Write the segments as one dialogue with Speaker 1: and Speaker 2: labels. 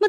Speaker 1: 乜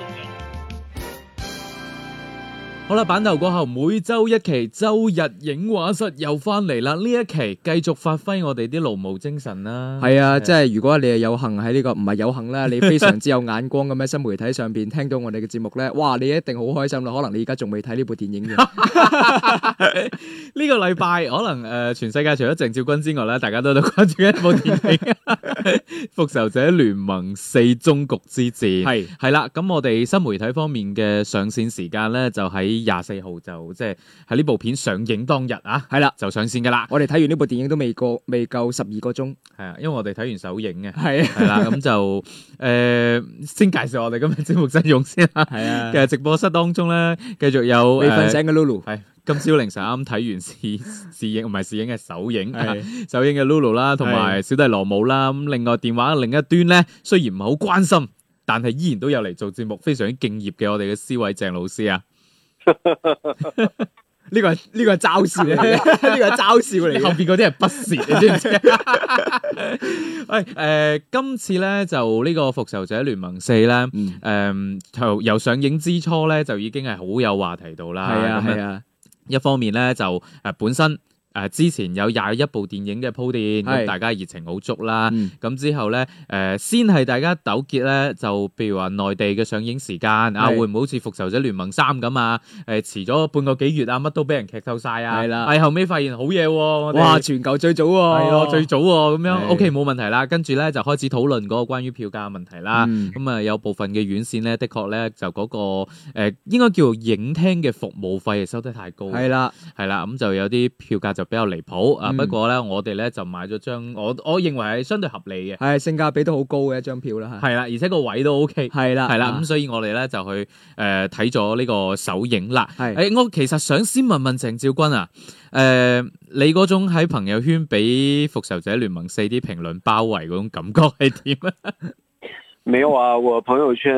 Speaker 2: 影。
Speaker 3: 好啦，版頭過後，每周一期周日影畫室又翻嚟啦。呢一期繼續發揮我哋啲勞務精神啦。
Speaker 4: 係啊，即係如果你係有幸喺呢個唔係有 幸啦，你非常之有眼光咁喺新媒體上邊聽到我哋嘅節目咧，哇！你一定好開心啦。可能你而家仲未睇呢部電 影嘅，
Speaker 3: 呢個禮拜可能誒、呃全世界除咗鄭少君之外咧，大家都喺度關注一部電 影《復仇者聯盟四：中局之戰》。
Speaker 4: 係
Speaker 3: 係啦，咁我哋新媒體方面嘅上線時間咧，就喺廿四號就即係喺呢部片上映當日啊，
Speaker 4: 係啦，
Speaker 3: 就上線噶啦。
Speaker 4: 我哋睇完呢部電影都未過未夠十二個鐘，
Speaker 3: 係啊，因為我哋睇完首映嘅。
Speaker 4: 係
Speaker 3: 係啊啦，咁就诶、呃先介紹我哋今日節目陣容先啦。
Speaker 4: 係啊
Speaker 3: 其，實直播室當中咧，繼續有
Speaker 4: 未瞓醒
Speaker 3: 呃
Speaker 4: 嘅 Lulu
Speaker 3: 今朝凌晨啱睇 完試試影，唔係試影係首映，
Speaker 4: 係
Speaker 3: 首映嘅 Lulu 啦，同埋小弟羅姆啦。咁另外電話另一端咧，雖然唔係好關心，但係依然都有嚟做節目，非常之敬業嘅我哋嘅思偉鄭老師啊。
Speaker 4: 呢個係啊呢個係嘲笑嚟嘅， 呢個係嘲笑嚟
Speaker 3: 你後
Speaker 4: 嘅。
Speaker 3: 邊嗰啲係不屑，你知唔知？喂，誒、今次咧就呢個《復仇者聯盟四》咧。
Speaker 4: 嗯，
Speaker 3: 誒由由上映之初咧，就已經係好有話題度啦。
Speaker 4: 係啊
Speaker 3: 咁樣
Speaker 4: 係啊，
Speaker 3: 一方面咧就誒、呃本身誒、呃之前有廿一部電影嘅鋪墊，咁
Speaker 4: 係
Speaker 3: 大家熱情好足啦。
Speaker 4: 嗯
Speaker 3: 咁之後咧，誒、先係大家糾結咧，就譬如話內地嘅上映時間啊，
Speaker 4: 係
Speaker 3: 會唔會好似《復仇者聯盟三》咁啊？誒、遲咗半個幾月啊，乜都俾人劇透晒啊！
Speaker 4: 係啦
Speaker 3: 係後尾發現好嘢喎、我哋
Speaker 4: 哇！全球最早喎，
Speaker 3: 係咯，最早喎、咁樣
Speaker 4: 係
Speaker 3: OK 冇問題啦。跟住咧就開始討論嗰個關於票價問題啦。
Speaker 4: 嗯
Speaker 3: 咁啊、有部分嘅院線咧，的確咧就嗰、個誒、呃、應該叫做影廳嘅服務費係收得太高，
Speaker 4: 係啦，
Speaker 3: 係啦，咁就有啲票價就比較離譜啊。
Speaker 4: 嗯
Speaker 3: 不過咧，我哋咧就買咗張我我認為係相對合理嘅，
Speaker 4: 係性價比都好高嘅一張票啦嚇。
Speaker 3: 係啦，而且個位都 OK，
Speaker 4: 係啦，
Speaker 3: 係啦，
Speaker 4: 啊
Speaker 3: 咁所以我哋咧就去誒睇咗呢個首映啦。
Speaker 4: 係
Speaker 3: 誒，我其實想先問問鄭照君啊，誒、你嗰種喺朋友圈俾《復仇者聯盟四》啲評論包圍嗰種感覺係點啊？
Speaker 5: 没有啊，我朋友圈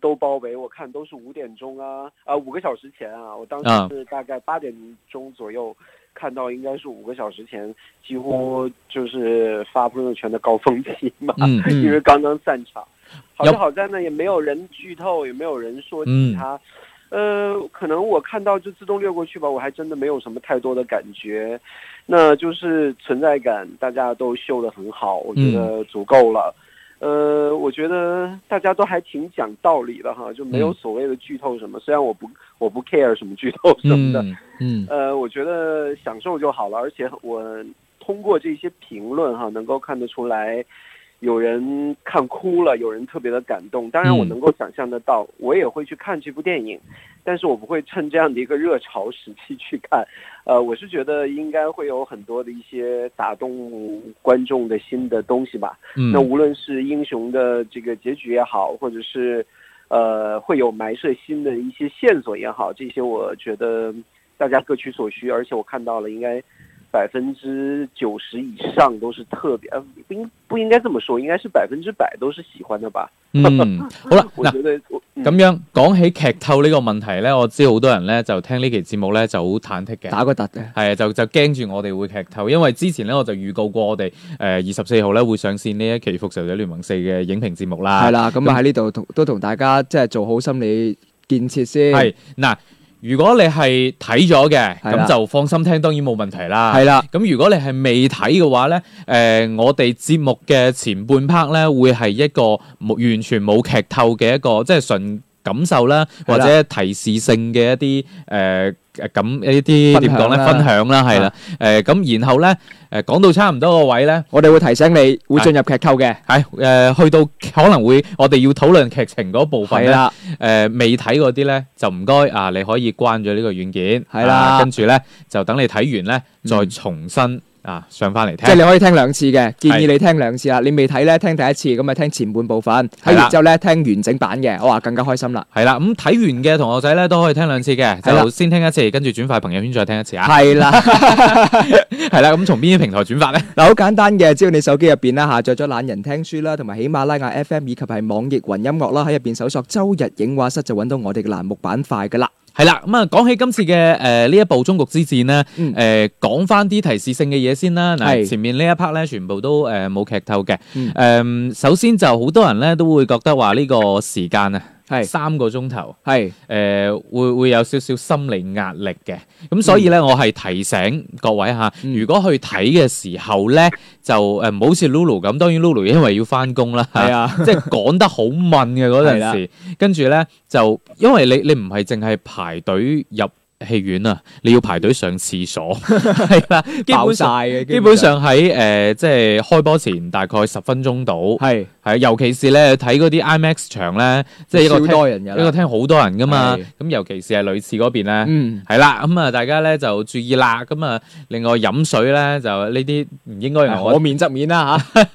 Speaker 5: 都包围，我看都是五点钟啊，啊、五个小时前啊，我当
Speaker 3: 啊
Speaker 5: 时是大概八点钟左右看到，应该是五个小时前，几乎就是发朋友圈的高峰期嘛，
Speaker 3: 嗯
Speaker 4: 嗯
Speaker 5: 因为刚刚散场。好
Speaker 3: 要
Speaker 5: 就好在呢，也没有人剧透，也没有人说其他。
Speaker 3: 嗯
Speaker 5: 呃，可能我看到就自动略过去吧，我还真的没有什么太多的感觉。那就是存在感，大家都秀的很好，我觉
Speaker 3: 嗯
Speaker 5: 得足够了。呃，我觉得大家都还挺讲道理的哈，就没有
Speaker 3: 嗯
Speaker 5: 所谓的剧透什么。虽然我不我不 care 什么剧透什么的，
Speaker 3: 嗯
Speaker 5: 呃，我觉得享受就好了，而且我通过这些评论哈，能够看得出来，有人看哭了，有人特别的感动。当然，我
Speaker 3: 嗯
Speaker 5: 能够想象得到，我也会去看这部电影，但是我不会趁这样的一个热潮时期去看。呃，我是觉得应该会有很多的一些打动观众的心的东西吧。
Speaker 3: 嗯
Speaker 5: 那无论是英雄的这个结局也好，或者是呃会有埋设新的一些线索也好，这些我觉得大家各取所需，而且我看到了应该。百分之九十以上都是特别，呃，不应不应该这么说，应该是百分之百都是喜欢的吧？
Speaker 3: 嗯，好啦，
Speaker 5: 我
Speaker 3: 嗱
Speaker 5: 觉。得我，嗯
Speaker 3: 咁樣講起劇透呢個問題咧，我知好多人咧就聽呢期節目咧就好忐忑嘅，
Speaker 4: 打個突嘅，
Speaker 3: 係啊，就就驚住我哋會劇透，因為之前咧我就預告過我哋誒呃二十四號咧會上線呢一期《復仇者聯盟四》嘅影評節目啦。
Speaker 4: 係啦，咁啊喺呢度同都同大家即係做好心理建設先。
Speaker 3: 係嗱，如果你係睇咗嘅，
Speaker 4: 係啦
Speaker 3: 咁就放心聽，當然冇問題啦。
Speaker 4: 係啦，
Speaker 3: 咁如果你係未睇嘅話咧，誒、我哋節目嘅前半 part 咧，會係一個冇完全冇劇透嘅一個，即係純感受啦，
Speaker 4: 係
Speaker 3: 或
Speaker 4: 啦
Speaker 3: 者提示性嘅一啲誒誒咁一啲點講咧
Speaker 4: 分享啦啊
Speaker 3: 分享啦，係啦，誒咁然後咧誒講到差唔多個位咧。
Speaker 4: 我哋會提醒你會進入劇透嘅，
Speaker 3: 係誒、去到可能會我哋要討論劇情嗰部分
Speaker 4: 係
Speaker 3: 咧，誒、
Speaker 4: 啦，
Speaker 3: 未睇嗰啲咧就唔該啊，你可以關咗呢個軟件，
Speaker 4: 係啦
Speaker 3: 啊跟住咧就等你睇完咧再
Speaker 4: 嗯
Speaker 3: 重新啊，上翻嚟
Speaker 4: 即係
Speaker 3: 聽。
Speaker 4: 你可以聽兩次嘅，建議你聽兩次啦。你未睇咧，聽第一次，咁啊聽前半部分，睇
Speaker 3: 係啦
Speaker 4: 完之後咧聽完整版嘅，哇更加開心啦。
Speaker 3: 係啦，咁睇完嘅同學仔咧都可以聽兩次嘅，
Speaker 4: 係啦
Speaker 3: 就先聽一次，跟住轉發朋友圈再聽一次啊。
Speaker 4: 係啦，
Speaker 3: 係啦，咁從邊啲平台轉發咧？
Speaker 4: 嗱好簡單嘅，只要你手機入邊啦下載咗懶人聽書啦，同埋喜馬拉雅 FM 以及係網易雲音樂啦，喺入邊搜索周日影畫室就揾到我哋嘅欄目板塊噶啦。
Speaker 3: 係啦，咁啊講起今次嘅誒呢一部《中國之戰》咧，
Speaker 4: 嗯
Speaker 3: 誒講翻啲提示性嘅嘢先啦。嗱，
Speaker 4: 係
Speaker 3: 前面呢一 part 咧全部都誒冇劇透嘅。
Speaker 4: 嗯
Speaker 3: 誒首先就好多人咧都會覺得話呢個時間啊
Speaker 4: 係
Speaker 3: 三個鐘頭。
Speaker 4: 係
Speaker 3: 誒、呃
Speaker 4: 嗯
Speaker 3: 會會有少少心理壓力嘅，咁所以咧，我係提醒各位嚇，
Speaker 4: 嗯
Speaker 3: 如果去睇嘅時候咧，就誒呃唔好似 Lulu 咁，當然 Lulu 因為要翻工啦，
Speaker 4: 係啊，
Speaker 3: 即係趕得好敏嘅嗰陣時，跟住咧就因為你你唔係淨係排隊入戲院啊，你要排隊上廁 所，係啦，基
Speaker 4: 爆
Speaker 3: 本
Speaker 4: 晒
Speaker 3: 上。
Speaker 4: 嘅，
Speaker 3: 基本上喺誒、呃即係開波前大概十分鐘到，係
Speaker 4: 係
Speaker 3: 啊尤其是咧睇嗰啲 IMAX 場咧，即係一個
Speaker 4: 超
Speaker 3: 聽
Speaker 4: 多人㗎
Speaker 3: 一個
Speaker 4: 啦。
Speaker 3: 廳好多人噶嘛
Speaker 4: 係，
Speaker 3: 咁尤其是係女廁嗰邊咧，
Speaker 4: 嗯，
Speaker 3: 係啦，咁啊大家咧就注意啦，咁啊另外飲水咧就呢啲唔應該
Speaker 4: 係
Speaker 3: 用我
Speaker 4: 可，面則 面啦嚇，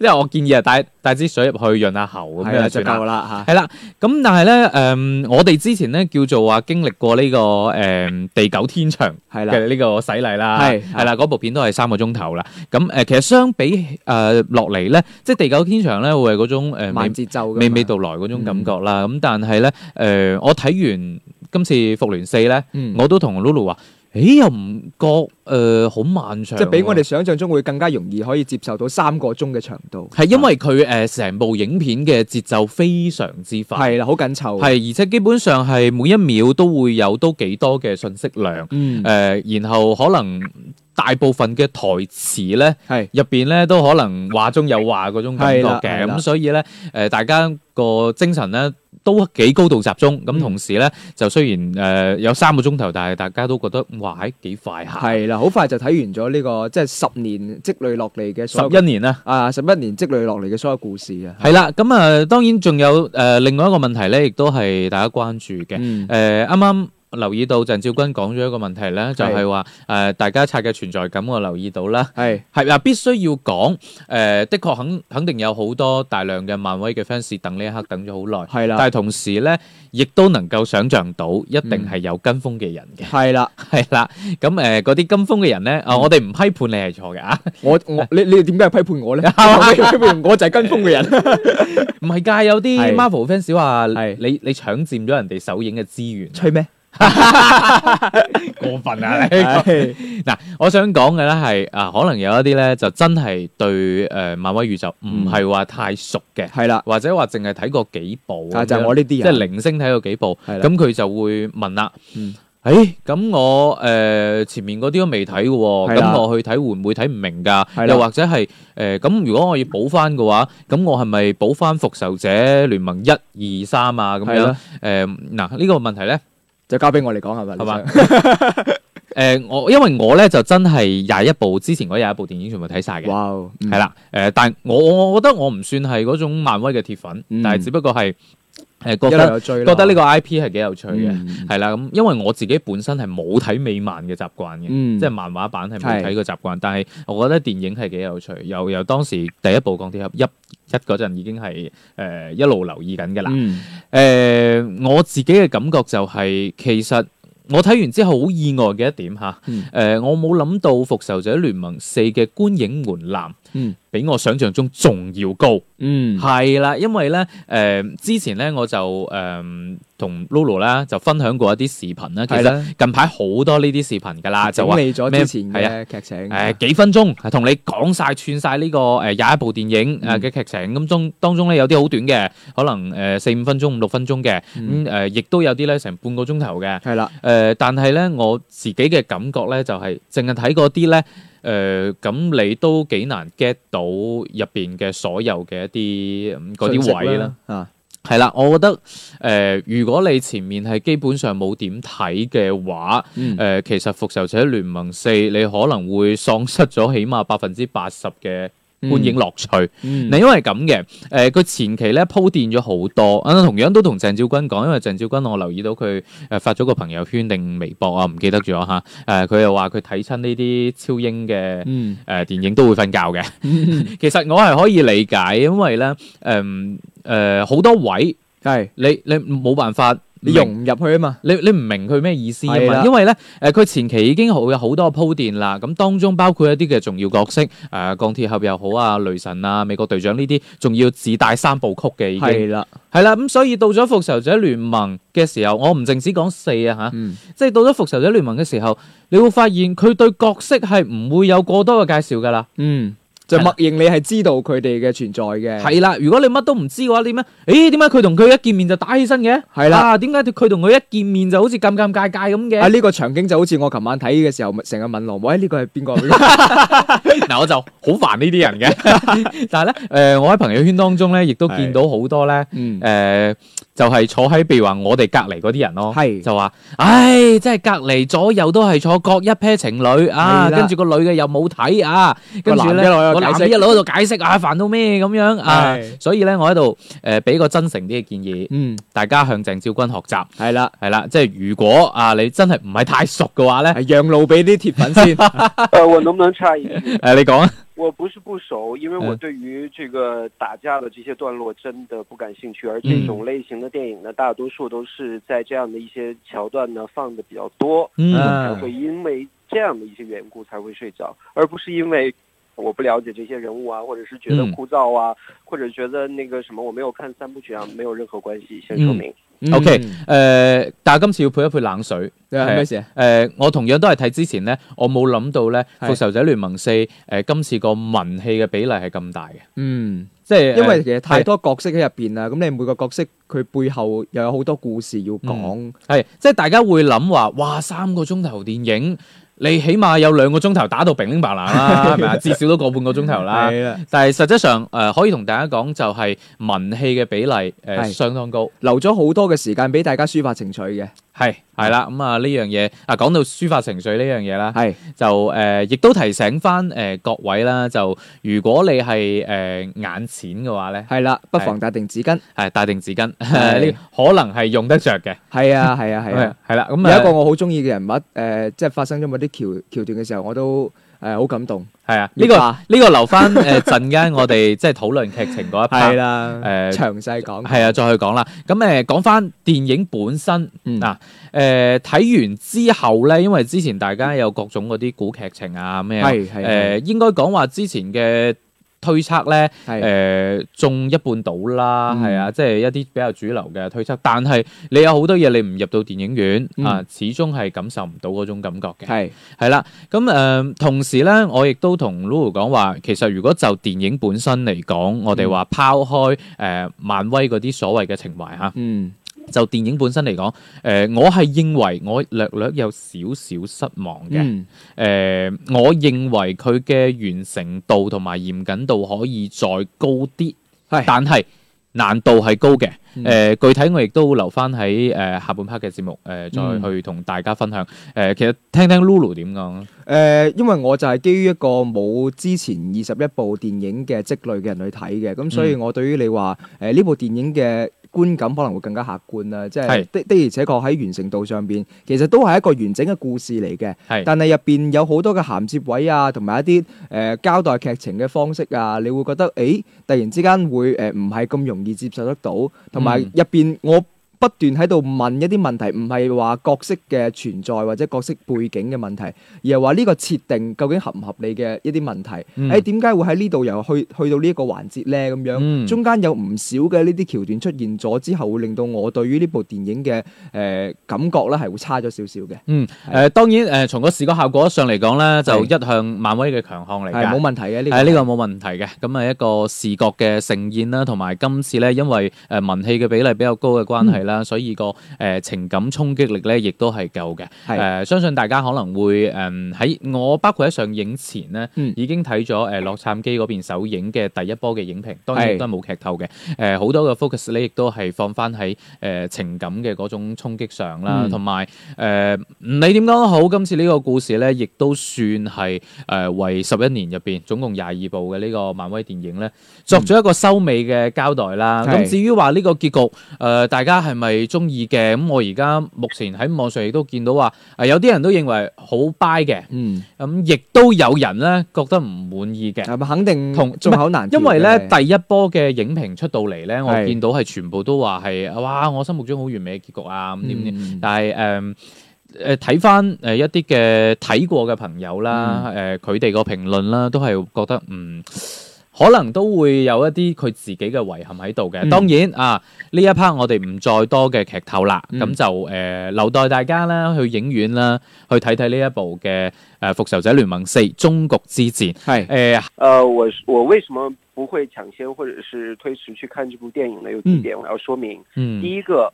Speaker 3: 因為我建議啊帶帶支水入去潤下喉咁
Speaker 4: 係啦
Speaker 3: 樣
Speaker 4: 就
Speaker 3: 算啦。
Speaker 4: 夠啦嚇。
Speaker 3: 係啦，咁但係咧，誒，我哋之前咧叫做話經歷過呢個誒地久天長
Speaker 4: 係啦，
Speaker 3: 嘅呢個洗禮啦，
Speaker 4: 係
Speaker 3: 係啦，嗰部片都係三個鐘頭啦。咁誒，其實相比誒落嚟咧，即係地久天長咧，會係嗰種誒美
Speaker 4: 慢節奏㗎嘛
Speaker 3: 娓娓道來嗰種感覺
Speaker 4: 嗯
Speaker 3: 啦。咁、但係咧，誒、我睇完今次復聯四咧，
Speaker 4: 嗯
Speaker 3: 我都同 Lulu 話，誒又唔覺誒好、漫長喎，
Speaker 4: 即係比我哋想象中會更加容易可以接受到三個鐘嘅長度。
Speaker 3: 係因為佢誒成部影片嘅節奏非常之快。
Speaker 4: 係啦，好緊湊。
Speaker 3: 係，而且基本上係每一秒都會有都幾多嘅信息量，誒、呃
Speaker 4: 嗯，
Speaker 3: 然後可能大部分嘅台詞咧，
Speaker 4: 係
Speaker 3: 入邊咧都可能話中有話嗰種感覺
Speaker 4: 係啦係
Speaker 3: 嘅，
Speaker 4: 啦
Speaker 3: 咁所以咧誒、呃大家個精神咧都幾高度集中，咁
Speaker 4: 嗯
Speaker 3: 同時咧就雖然誒、呃有三個鐘頭，但係大家都覺得哇喺幾快下，
Speaker 4: 係啦，好快就睇完咗呢個即係十年積累落嚟嘅所
Speaker 3: 十
Speaker 4: 有
Speaker 3: 一年啦。
Speaker 4: 啊十一年積累落嚟嘅所有故事啊。
Speaker 3: 係啦，咁啊、呃當然仲有誒、呃另外一個問題咧，亦都係大家關注嘅。
Speaker 4: 嗯，
Speaker 3: 誒啱啱留意到鄭照君講咗一個問題咧，就係話誒大家刷嘅存在感，我留意到啦。
Speaker 4: 係
Speaker 3: 係啊，必須要講誒、呃的確肯肯定有好多大量嘅漫威嘅 fans 等呢一刻等咗好耐，
Speaker 4: 係
Speaker 3: 但
Speaker 4: 啦，
Speaker 3: 係同時咧，亦都能夠想像到一
Speaker 4: 嗯
Speaker 3: 定係有跟風嘅人嘅，
Speaker 4: 係啦。
Speaker 3: 係啦、咁誒嗰啲跟風嘅人咧，
Speaker 4: 嗯
Speaker 3: 啊、我哋唔批判你係錯嘅啊，
Speaker 4: 我我你你點解批判我咧？批判我就係跟風 嘅人。
Speaker 3: 唔係㗎，有啲
Speaker 4: 係
Speaker 3: Marvel fans 話
Speaker 4: 係
Speaker 3: 你你搶佔咗人哋首映嘅資源，
Speaker 4: 吹咩？
Speaker 3: 過分 啊你！嗱，我想講嘅咧係啊，可能有一啲咧就真係對誒、呃漫威宇宙
Speaker 4: 嗯
Speaker 3: 唔係話太熟嘅，
Speaker 4: 係啦，
Speaker 3: 或者話淨係睇過幾部咁
Speaker 4: 啊
Speaker 3: 樣，
Speaker 4: 就係我呢
Speaker 3: 即
Speaker 4: 啲
Speaker 3: 係
Speaker 4: 人。
Speaker 3: 零星睇過幾部，
Speaker 4: 係啦
Speaker 3: 咁佢就會問啦。
Speaker 4: 嗯
Speaker 3: 誒，咁我誒、呃前面嗰啲都未睇嘅喎，
Speaker 4: 係啦
Speaker 3: 咁我去睇會唔會睇唔明㗎？
Speaker 4: 係啦
Speaker 3: 又或者係誒咁，如果我要補翻嘅話，咁我係咪補翻復仇者聯盟一二三啊？咁
Speaker 4: 係
Speaker 3: 樣
Speaker 4: 啦，
Speaker 3: 誒嗱呢個問題咧。
Speaker 4: 就交俾我嚟講係咪？
Speaker 3: 係嘛？誒、我因為我咧就真係廿一部之前嗰廿一部電影全部睇晒嘅，
Speaker 4: 哇哦！
Speaker 3: 係啦。誒、但我我我覺得我唔算係嗰種漫威嘅鐵粉，
Speaker 4: 嗯
Speaker 3: 但係只不過係誒、
Speaker 4: 嗯，
Speaker 3: 覺
Speaker 4: 一路
Speaker 3: 得
Speaker 4: 有追啦
Speaker 3: 覺得呢個 I P 係幾有趣嘅，
Speaker 4: 嗯
Speaker 3: 係啦、咁因為我自己本身係冇睇美漫嘅習慣嘅。
Speaker 4: 嗯，
Speaker 3: 即係漫畫版係冇睇過習慣，但係我覺得電影係幾有趣。由由當時第一部鋼鐵俠一一嗰陣已經係誒、呃一路留意緊㗎啦。
Speaker 4: 嗯
Speaker 3: 誒、我自己嘅感覺就係、其實我睇完之後好意外嘅一點嚇，誒、呃
Speaker 4: 嗯
Speaker 3: 我冇諗到《復仇者聯盟四》嘅觀影門檻。
Speaker 4: 嗯
Speaker 3: 比我想象中仲要高，
Speaker 4: 嗯
Speaker 3: 係啦、因為咧，誒、之前咧我就誒同 Lulu 啦就分享過一啲視頻啦，其
Speaker 4: 係
Speaker 3: 實
Speaker 4: 啦，
Speaker 3: 近排好多呢啲視頻㗎啦，就
Speaker 4: 整
Speaker 3: 話
Speaker 4: 理咗
Speaker 3: 咩
Speaker 4: 之前
Speaker 3: 係
Speaker 4: 嘅劇情。
Speaker 3: 誒幾分鐘係同你講晒串晒呢個誒廿一部電影誒
Speaker 4: 嗯
Speaker 3: 嘅劇情，咁中當中咧有啲好短嘅，可能誒四五分鐘、五六分鐘嘅，咁
Speaker 4: 嗯
Speaker 3: 誒亦都有啲咧成半個鐘頭嘅。
Speaker 4: 係啦，
Speaker 3: 誒，但係咧我自己嘅感覺咧就係淨係睇嗰啲咧誒，咁你都幾難 get 到入邊嘅所有嘅一啲嗯嗰啲位啦。
Speaker 4: 啊，
Speaker 3: 係啦，我覺得誒，呃如果你前面係基本上冇點睇嘅話，呃誒、
Speaker 4: 嗯
Speaker 3: 其實《復仇者聯盟四》你可能會喪失咗起碼百分之八十嘅觀影樂趣。
Speaker 4: 嗯
Speaker 3: 嗱，因為咁嘅，誒、呃佢前期咧鋪墊咗好多，啊，同樣都同鄭照君講，因為鄭照君我留意到佢誒、呃發咗個朋友圈定微博啊，唔記得咗嚇，誒、佢又話佢睇親呢啲超英嘅。
Speaker 4: 嗯
Speaker 3: 誒、電影都會瞓覺嘅。其實我係可以理解，因為咧誒誒好多位
Speaker 4: 系
Speaker 3: 你你冇辦法
Speaker 4: 你
Speaker 3: 明
Speaker 4: 融唔入去啊嘛，
Speaker 3: 你你唔明佢咩意思啊
Speaker 4: 係
Speaker 3: 嘛
Speaker 4: 啦？
Speaker 3: 因為咧，誒、佢前期已經好有好多鋪墊啦。咁當中包括一啲嘅重要角色，誒、鋼鐵俠又好啊，雷神啊，美國隊長呢啲，仲要自帶三部曲嘅已經
Speaker 4: 係啦，
Speaker 3: 係啦。咁所以到咗復仇者聯盟嘅時候，我唔淨止講四啊嚇，
Speaker 4: 嗯
Speaker 3: 即係到咗復仇者聯盟嘅時候，你會發現佢對角色係唔會有過多嘅介紹㗎啦。
Speaker 4: 嗯，就默認你係知道佢哋嘅存在嘅，
Speaker 3: 係啦，如果你乜都唔知嘅話，你咩？咦，點解佢同佢一見面就打起身嘅？
Speaker 4: 係啦
Speaker 3: 啊，點解佢同佢一見面就好似尷尷尬尬咁嘅？
Speaker 4: 啊呢個場景就好似我琴晚睇嘅時候，成日問羅母，喂呢個係 邊個？
Speaker 3: 嗱，我就好煩呢啲人嘅。 但係咧，誒、我喺朋友圈當中咧，亦都見到好多咧，誒、
Speaker 4: 嗯，
Speaker 3: 就係、坐喺譬如話我哋隔離嗰啲人咯，
Speaker 4: 係
Speaker 3: 就話，唉，即係隔離左右都係坐各一 pair 情侶啊，
Speaker 4: 係啦
Speaker 3: 跟住個女嘅又冇睇啊，跟住
Speaker 4: 個男
Speaker 3: 咧
Speaker 4: 一路喺度
Speaker 3: 個男
Speaker 4: 解
Speaker 3: 嘅
Speaker 4: 釋
Speaker 3: 一路喺度解釋啊，煩到咩咁樣啊
Speaker 4: 係？
Speaker 3: 所以咧，我喺度誒俾個真誠啲嘅建議，
Speaker 4: 嗯，
Speaker 3: 大家向鄭少君學習。
Speaker 4: 係啦，
Speaker 3: 係啦，即係如果啊你真係唔係太熟嘅話咧，誒、
Speaker 4: 係讓路俾啲鐵 粉先，
Speaker 5: 呃，我能不能插一句？
Speaker 3: 你講啊，
Speaker 5: 我不是不熟，因为
Speaker 3: 嗯
Speaker 5: 我对于这个打架的这些段落真的不感兴趣，而
Speaker 3: 嗯
Speaker 5: 这种类型的电影呢，大多数都是在这样的一些桥段呢放的比较多，
Speaker 3: 嗯
Speaker 5: 才
Speaker 4: 嗯
Speaker 5: 会因为这样的一些缘故才会睡着，而不是因为我不了解这些人物啊，或者是觉得
Speaker 3: 嗯
Speaker 5: 枯燥啊，或者觉得那个什么我没有看三部曲啊，没有任何关系。先
Speaker 3: 嗯
Speaker 5: 说明，
Speaker 3: OK 誒、但係今次要配一配冷水。
Speaker 4: 係咩事啊？
Speaker 3: 誒、我同樣都係睇之前咧，我冇諗到咧《
Speaker 4: 係
Speaker 3: 復仇者聯盟四》誒、今次個文戲嘅比例係咁大嘅，
Speaker 4: 嗯。
Speaker 3: 即係
Speaker 4: 因
Speaker 3: 為
Speaker 4: 為其實太多角色喺入邊啦，咁你每個角色佢背後又有好多故事要講，
Speaker 3: 係即係大家會諗話，哇三個鐘頭電影，你起碼有兩個鐘頭打到乒鈴白冷 啦，係咪啊？至少都個半個鐘頭啦。
Speaker 4: 啦，
Speaker 3: 但係實啊質上誒、呃可以同大家講就係文戲嘅比例誒、
Speaker 4: 係
Speaker 3: 相當高。
Speaker 4: 留咗好多嘅時間俾大家抒發情緒嘅，
Speaker 3: 係係啦，咁啊呢樣嘢啊講到抒發情緒呢樣嘢啦，
Speaker 4: 係
Speaker 3: 就誒、呃亦都提醒翻誒、呃各位啦，就如果你係誒、呃眼淺嘅話咧，
Speaker 4: 係啦，不妨帶定紙巾，
Speaker 3: 係帶定紙巾，
Speaker 4: 係
Speaker 3: 呢個可能係用得着嘅，
Speaker 4: 係 啊係啊係啊，
Speaker 3: 係啦，咁
Speaker 4: 有一個
Speaker 3: 啊
Speaker 4: 我好中意嘅人物，誒即係發生咗某啲橋橋段嘅時候，我都誒好感動，
Speaker 3: 係啊，呢
Speaker 4: 要
Speaker 3: 個
Speaker 4: 化
Speaker 3: 呢個留翻誒陣間我哋即係討論劇情嗰一 part，
Speaker 4: 啦
Speaker 3: 誒
Speaker 4: 啊詳細講，
Speaker 3: 係啊，再去講啦。咁誒講翻電影本身。
Speaker 4: 嗯
Speaker 3: 嗱誒睇、完之後咧，因為之前大家有各種嗰啲古劇情啊咩啊，誒、
Speaker 4: 係係
Speaker 3: 應該講話之前嘅推測咧，誒、
Speaker 4: 係
Speaker 3: 中一半到啦，
Speaker 4: 嗯
Speaker 3: 係、啊，即係一啲比較主流嘅推測。但係你有好多嘢你唔入到電影院、
Speaker 4: 嗯
Speaker 3: 啊，始終係感受唔到嗰種感覺嘅。
Speaker 4: 係
Speaker 3: 係啦，咁誒、同時咧，我亦都同 Lulu 講話，其實如果就電影本身嚟講，我
Speaker 4: 嗯
Speaker 3: 哋話拋開誒、呃漫威嗰啲所謂嘅情懷嚇。
Speaker 4: 嗯
Speaker 3: 就電影本身嚟講，誒、呃我係認為我略略有少少失望嘅。誒、呃
Speaker 4: 嗯
Speaker 3: 我認為佢嘅完成度同埋嚴謹度可以再高啲，
Speaker 4: 係
Speaker 3: 但係難度係高嘅。誒、
Speaker 4: 嗯
Speaker 3: 具體我亦都留翻喺誒下半 part 嘅節目誒、
Speaker 4: 嗯
Speaker 3: 再去同大家分享。誒、其實聽聽 Lulu 點講，
Speaker 4: 誒，呃因為我就係基於一個冇之前二十一部電影嘅積累嘅人去睇嘅，咁所以我對於你話誒呢部電影嘅觀感可能會更加客觀啦，即係
Speaker 3: 係
Speaker 4: 的的而且確喺完成度上邊，其實都係一個完整嘅故事嚟嘅。
Speaker 3: 係
Speaker 4: 但係入邊有好多嘅銜接位啊，同埋一啲誒、呃交代劇情嘅方式啊，你會覺得誒、咦突然之間會誒唔係咁容易接受得到，同埋
Speaker 3: 嗯
Speaker 4: 入邊我。不斷喺度問一啲問題，唔係話角色嘅存在或者角色背景嘅問題，而係話呢個設定究竟合唔合理嘅一啲問題。
Speaker 3: 嗯
Speaker 4: 誒點解會喺呢度又去去到呢一個環節呢？咁樣、
Speaker 3: 嗯
Speaker 4: 中間有唔少嘅呢啲橋段出現咗之後，會令到我對於呢部電影嘅誒、呃感覺咧係會差咗少少嘅，
Speaker 3: 嗯誒、當然誒、從個視覺效果上嚟講咧，就一向漫威嘅強項嚟
Speaker 4: 係
Speaker 3: 㗎
Speaker 4: 冇。問題嘅呢、個
Speaker 3: 係呢個冇問題嘅，咁啊一個視覺嘅盛宴啦，同埋今次咧，因為誒文戲嘅比例比較高嘅關係咧，啦，所以個誒、呃情感衝擊力咧，亦都係夠嘅。誒、
Speaker 4: 係
Speaker 3: 相信大家可能會誒喺、我包括喺上映前咧，
Speaker 4: 嗯
Speaker 3: 已經睇咗誒洛杉磯嗰邊首映嘅第一波嘅影評，當然
Speaker 4: 係
Speaker 3: 亦都係冇劇透嘅。誒好、多嘅 focus 咧，亦都係放翻喺誒情感嘅嗰種衝擊上啦，
Speaker 4: 嗯
Speaker 3: 同埋誒唔理點講都好，今次呢個故事咧，亦都算係誒、呃、為十一年入邊總共廿二部嘅呢個漫威電影咧，作咗一個收尾嘅交代啦。咁、
Speaker 4: 嗯係
Speaker 3: 至於話呢個結局，誒、呃大家係咪中意嘅？咁我而家目前喺網上亦都見到話，呃有啲人都認為好 buy 嘅，
Speaker 4: 嗯，
Speaker 3: 咁亦都有人咧覺得唔滿意嘅。
Speaker 4: 係咪啊肯定
Speaker 3: 同
Speaker 4: 眾口難調嘅？
Speaker 3: 因為咧第一波嘅影評出到嚟咧，我
Speaker 4: 係
Speaker 3: 見到係全部都話係哇，我心目中好完美嘅結局啊咁點點，
Speaker 4: 嗯
Speaker 3: 但係誒。誒睇翻誒一啲嘅睇過嘅朋友啦，
Speaker 4: 嗯
Speaker 3: 誒佢哋個評論啦，都係覺得嗯，可能都會有一啲佢自己嘅遺憾喺度嘅。
Speaker 4: 嗯
Speaker 3: 當然啊，呢一 part 我哋唔再多嘅劇透啦，
Speaker 4: 嗯
Speaker 3: 咁、就誒、呃留待大家啦去影院啦，去睇睇呢一部嘅誒《復仇者聯盟四：中局之戰》
Speaker 4: 係
Speaker 3: 誒
Speaker 5: 呃，我是我为什么不会抢先或者是推迟去看这部电影呢？有几
Speaker 4: 嗯
Speaker 5: 点我要说明。
Speaker 3: 嗯
Speaker 5: 第一个，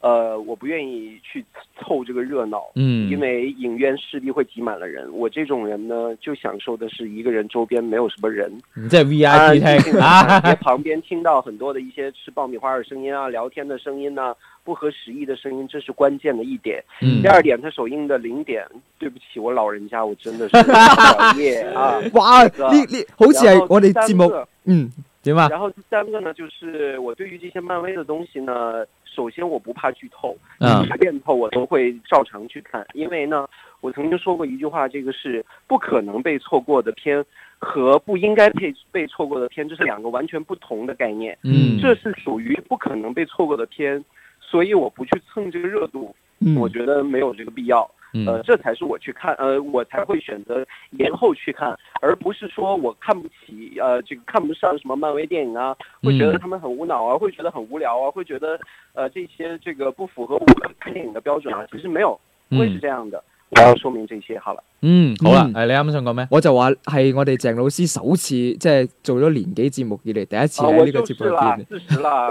Speaker 5: 呃，我不愿意去凑这个热闹，
Speaker 3: 嗯，
Speaker 5: 因为影院势必会挤满了人。我这种人呢，就享受的是一个人周边没有什么人，
Speaker 3: 嗯即係 V
Speaker 5: 啊
Speaker 3: I P 廳啊，
Speaker 5: 在旁边听到很多的一些吃爆米花的声音啊、聊天的声音呐、不合时宜的声音，这是关键的一点。
Speaker 3: 嗯
Speaker 5: 第二点，它首映的零点，对不起，我老人家，我真 的是熬夜啊。
Speaker 4: 哇，呢
Speaker 5: 第二個
Speaker 4: 呢好似係我哋
Speaker 5: 然
Speaker 4: 節
Speaker 5: 后第三
Speaker 4: 目
Speaker 5: 个
Speaker 4: 嗯
Speaker 3: 點啊？
Speaker 5: 然后第三个呢，就是我对于这些漫威的东西呢，首先我不怕剧透，
Speaker 3: 嗯
Speaker 5: 随便透我都会照常去看，因为呢，我曾经说过一句话，这个是不可能被错过的片和不应该被被错过的片，这是两个完全不同的概念，
Speaker 3: 嗯，
Speaker 5: 这是属于不可能被错过的片，所以我不去蹭这个热度，
Speaker 4: 嗯，
Speaker 5: 我觉得没有这个必要。呃，
Speaker 3: 嗯
Speaker 5: 这才是我去看，呃，我才会选择延后去看，而不是说我看不起，呃，这个看不上什么漫威电影啊，会觉
Speaker 3: 嗯
Speaker 5: 得他们很无脑啊，会觉得很无聊啊，会觉得呃这些这个不符合我看电影的标准啊，其实没有，不会是
Speaker 3: 嗯
Speaker 5: 这样的。我要说明这些好了。
Speaker 3: 嗯，好啦，
Speaker 4: 嗯
Speaker 3: 誒你啱啱想講咩？
Speaker 4: 我就話係我哋鄭老師首次即係做咗年幾節目以嚟第一次
Speaker 5: 啊，
Speaker 4: 喺
Speaker 5: 我
Speaker 4: 呢個
Speaker 5: 就
Speaker 4: 節
Speaker 5: 是
Speaker 4: 目入
Speaker 5: 啦
Speaker 4: 邊，。
Speaker 5: 四十啦，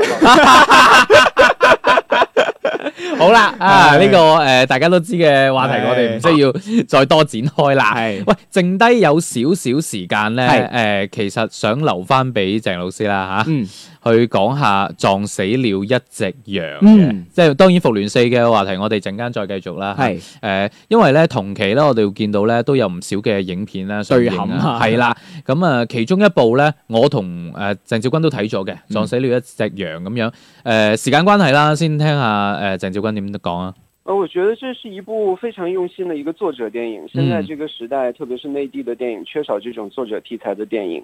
Speaker 3: 好啦，啊
Speaker 4: 係
Speaker 3: 呢個誒大家都知嘅話題，
Speaker 4: 係
Speaker 3: 我哋唔需要再多展開啦。
Speaker 4: 係
Speaker 3: 喂，剩低有少少時間咧，誒
Speaker 4: 係
Speaker 3: 其實想留翻俾鄭老師啦嚇，
Speaker 4: 嗯
Speaker 3: 去講下撞死了一隻羊嘅
Speaker 4: 嗯，
Speaker 3: 即係當然復聯四嘅話題，我哋陣間再繼續啦。
Speaker 4: 係
Speaker 3: 誒、呃因為咧同期咧，我哋會見到咧都有唔少嘅影片啦，上映
Speaker 4: 對冚
Speaker 3: 啊
Speaker 4: 啊
Speaker 3: 係啦。咁啊，其中一部咧，我同誒鄭少君都睇
Speaker 4: 嗯
Speaker 3: 咗嘅，撞死了一隻羊咁呃樣。誒、時間關係啦，先聽下誒、鄭少君點講啊。
Speaker 5: 呃，我觉得这是一部非常用心的一个作者电影。现在
Speaker 3: 嗯
Speaker 5: 这个时代，特别是内地的电影，缺少这种作者题材的电影。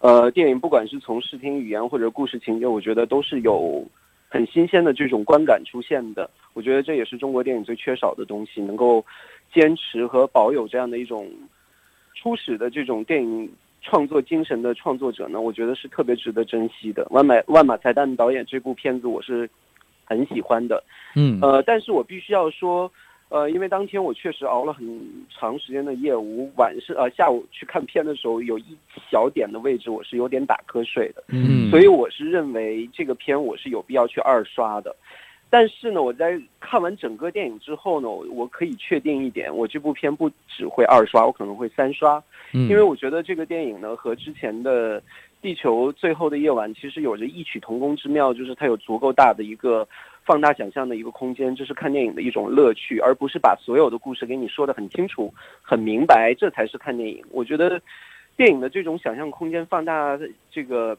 Speaker 5: 呃，电影不管是从视听语言或者故事情节，我觉得都是有很新鲜的这种观感出现的。我觉得这也是中国电影最缺少的东西，能够坚持和保有这样的一种初始的这种电影创作精神的创作者呢，我觉得是特别值得珍惜的。万马万马才旦导演这部片子，我是很喜欢的。
Speaker 3: 嗯
Speaker 5: 呃，但是我必须要说，呃，因为当天我确实熬了很长时间的夜，我晚上呃下午去看片的时候，有一小点的位置我是有点打瞌睡的，
Speaker 3: 嗯
Speaker 5: 所以我是认为这个片我是有必要去二刷的。但是呢，我在看完整个电影之后呢，我我可以确定一点，我这部片不只会二刷，我可能会三刷。
Speaker 4: 嗯
Speaker 3: 因
Speaker 5: 因为我觉得这个电影呢和之前的《地球最后的夜晚》其实有着异曲同工之妙，就是它有足够大的一个放大想象的一个空间，这是看电影的一种乐趣，而不是把所有的故事给你说得很清楚、很明白，这才是看电影。我觉得电影的这种想象空间放大这个。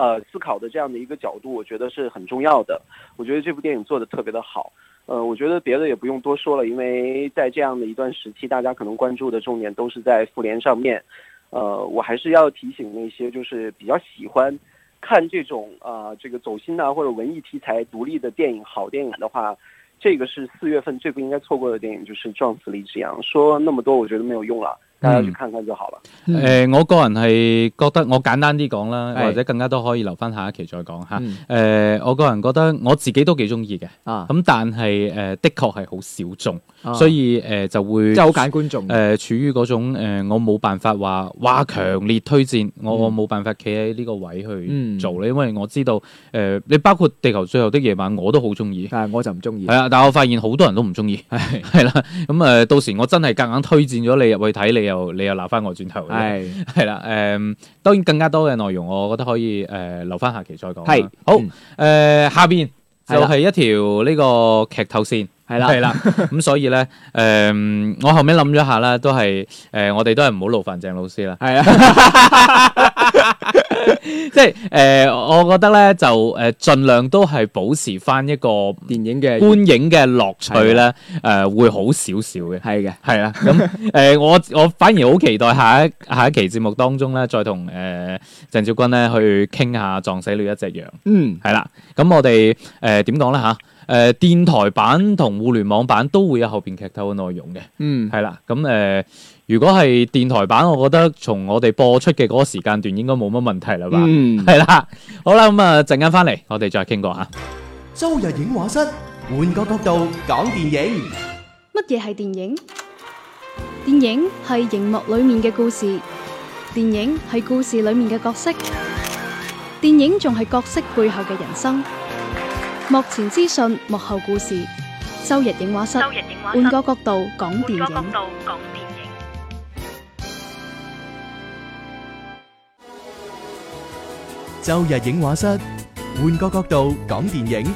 Speaker 5: 呃，思考的这样的一个角度，我觉得是很重要的。我觉得这部电影做的特别的好。呃，我觉得别的也不用多说了，因为在这样的一段时期，大家可能关注的重点都是在复联上面。呃，我还是要提醒那些就是比较喜欢看这种啊、呃这个走心呐、或者文艺题材独立的电影、好电影的话，这个是四月份最不应该错过的电影，就是《撞死了一只羊》。说那么多，我觉得没有用了。大家去看看就好了。
Speaker 4: 嗯
Speaker 3: 诶、呃我個人係覺得我簡單啲講啦，
Speaker 4: 係
Speaker 3: 或者更加都可以留翻下一期再講吓。
Speaker 4: 嗯
Speaker 3: 诶、我個人覺得我自己都幾中意嘅，
Speaker 4: 啊，
Speaker 3: 咁但係诶、誒的確係好小眾，
Speaker 4: 啊
Speaker 3: 所以诶、誒就會
Speaker 4: 即係好揀觀眾
Speaker 3: 誒、。處於嗰種、呃、我冇辦法話哇強烈推薦，我、
Speaker 4: 嗯
Speaker 3: 我冇辦法企喺呢個位去
Speaker 4: 嗯
Speaker 3: 做咧，因為我知道誒、呃你包括《地球最後的夜晚》，我都好中意。
Speaker 4: 但係我就唔中意
Speaker 3: 係。啊，但我發現好多人都唔中意， 係啦，咁誒、呃到時我真係夾硬推薦咗你入去睇，你又你又鬧翻我轉頭，係
Speaker 4: 係
Speaker 3: 係啦，誒、呃當然更加多嘅內容，我覺得可以誒、呃留翻下期再講啦。
Speaker 4: 係
Speaker 3: 好，誒
Speaker 4: 嗯、
Speaker 3: 下邊就
Speaker 4: 係啦
Speaker 3: 係一條呢個劇透線。
Speaker 4: 係啦
Speaker 3: 係啦，咁所以咧，诶、我後尾諗咗一下啦，都係诶、誒我哋都係唔好勞煩鄭老師啦，
Speaker 4: 係啊，
Speaker 3: 即係诶、誒我覺得咧就诶，尽、盡量都係保持翻一個
Speaker 4: 電影嘅
Speaker 3: 觀影嘅樂趣咧，诶、會好少少嘅。
Speaker 4: 係嘅，
Speaker 3: 係啦， 咁诶、誒我我反而好期待下一下一期節目當中咧，再同诶郑少君咧去傾下撞死了一隻羊。
Speaker 4: 嗯，
Speaker 3: 係啦，咁我哋诶点讲咧吓？诶、電台版同互聯網版都會有後边劇透嘅內容嘅。
Speaker 4: 嗯，
Speaker 3: 係啦，咁誒、呃如果係電台版，我覺得從我哋播出嘅嗰個時間段應該冇乜問題啦吧？
Speaker 4: 嗯。
Speaker 3: 係啦、好啦，咁啊陣間翻嚟，我哋再傾過嚇。
Speaker 2: 周日影画室，換個角度講電影。
Speaker 1: 乜嘢係電影？電影係熒幕裡面嘅故事，電影係故事裡面嘅角色，電影仲係角色背後嘅人生。幕前資訊，幕後故事。周日影畫室，
Speaker 6: 周日影畫
Speaker 1: 換
Speaker 6: 室
Speaker 1: 個角度講電
Speaker 6: 換個角
Speaker 1: 影。
Speaker 6: 度講電影。
Speaker 2: 周日影画室，換個角度講電影。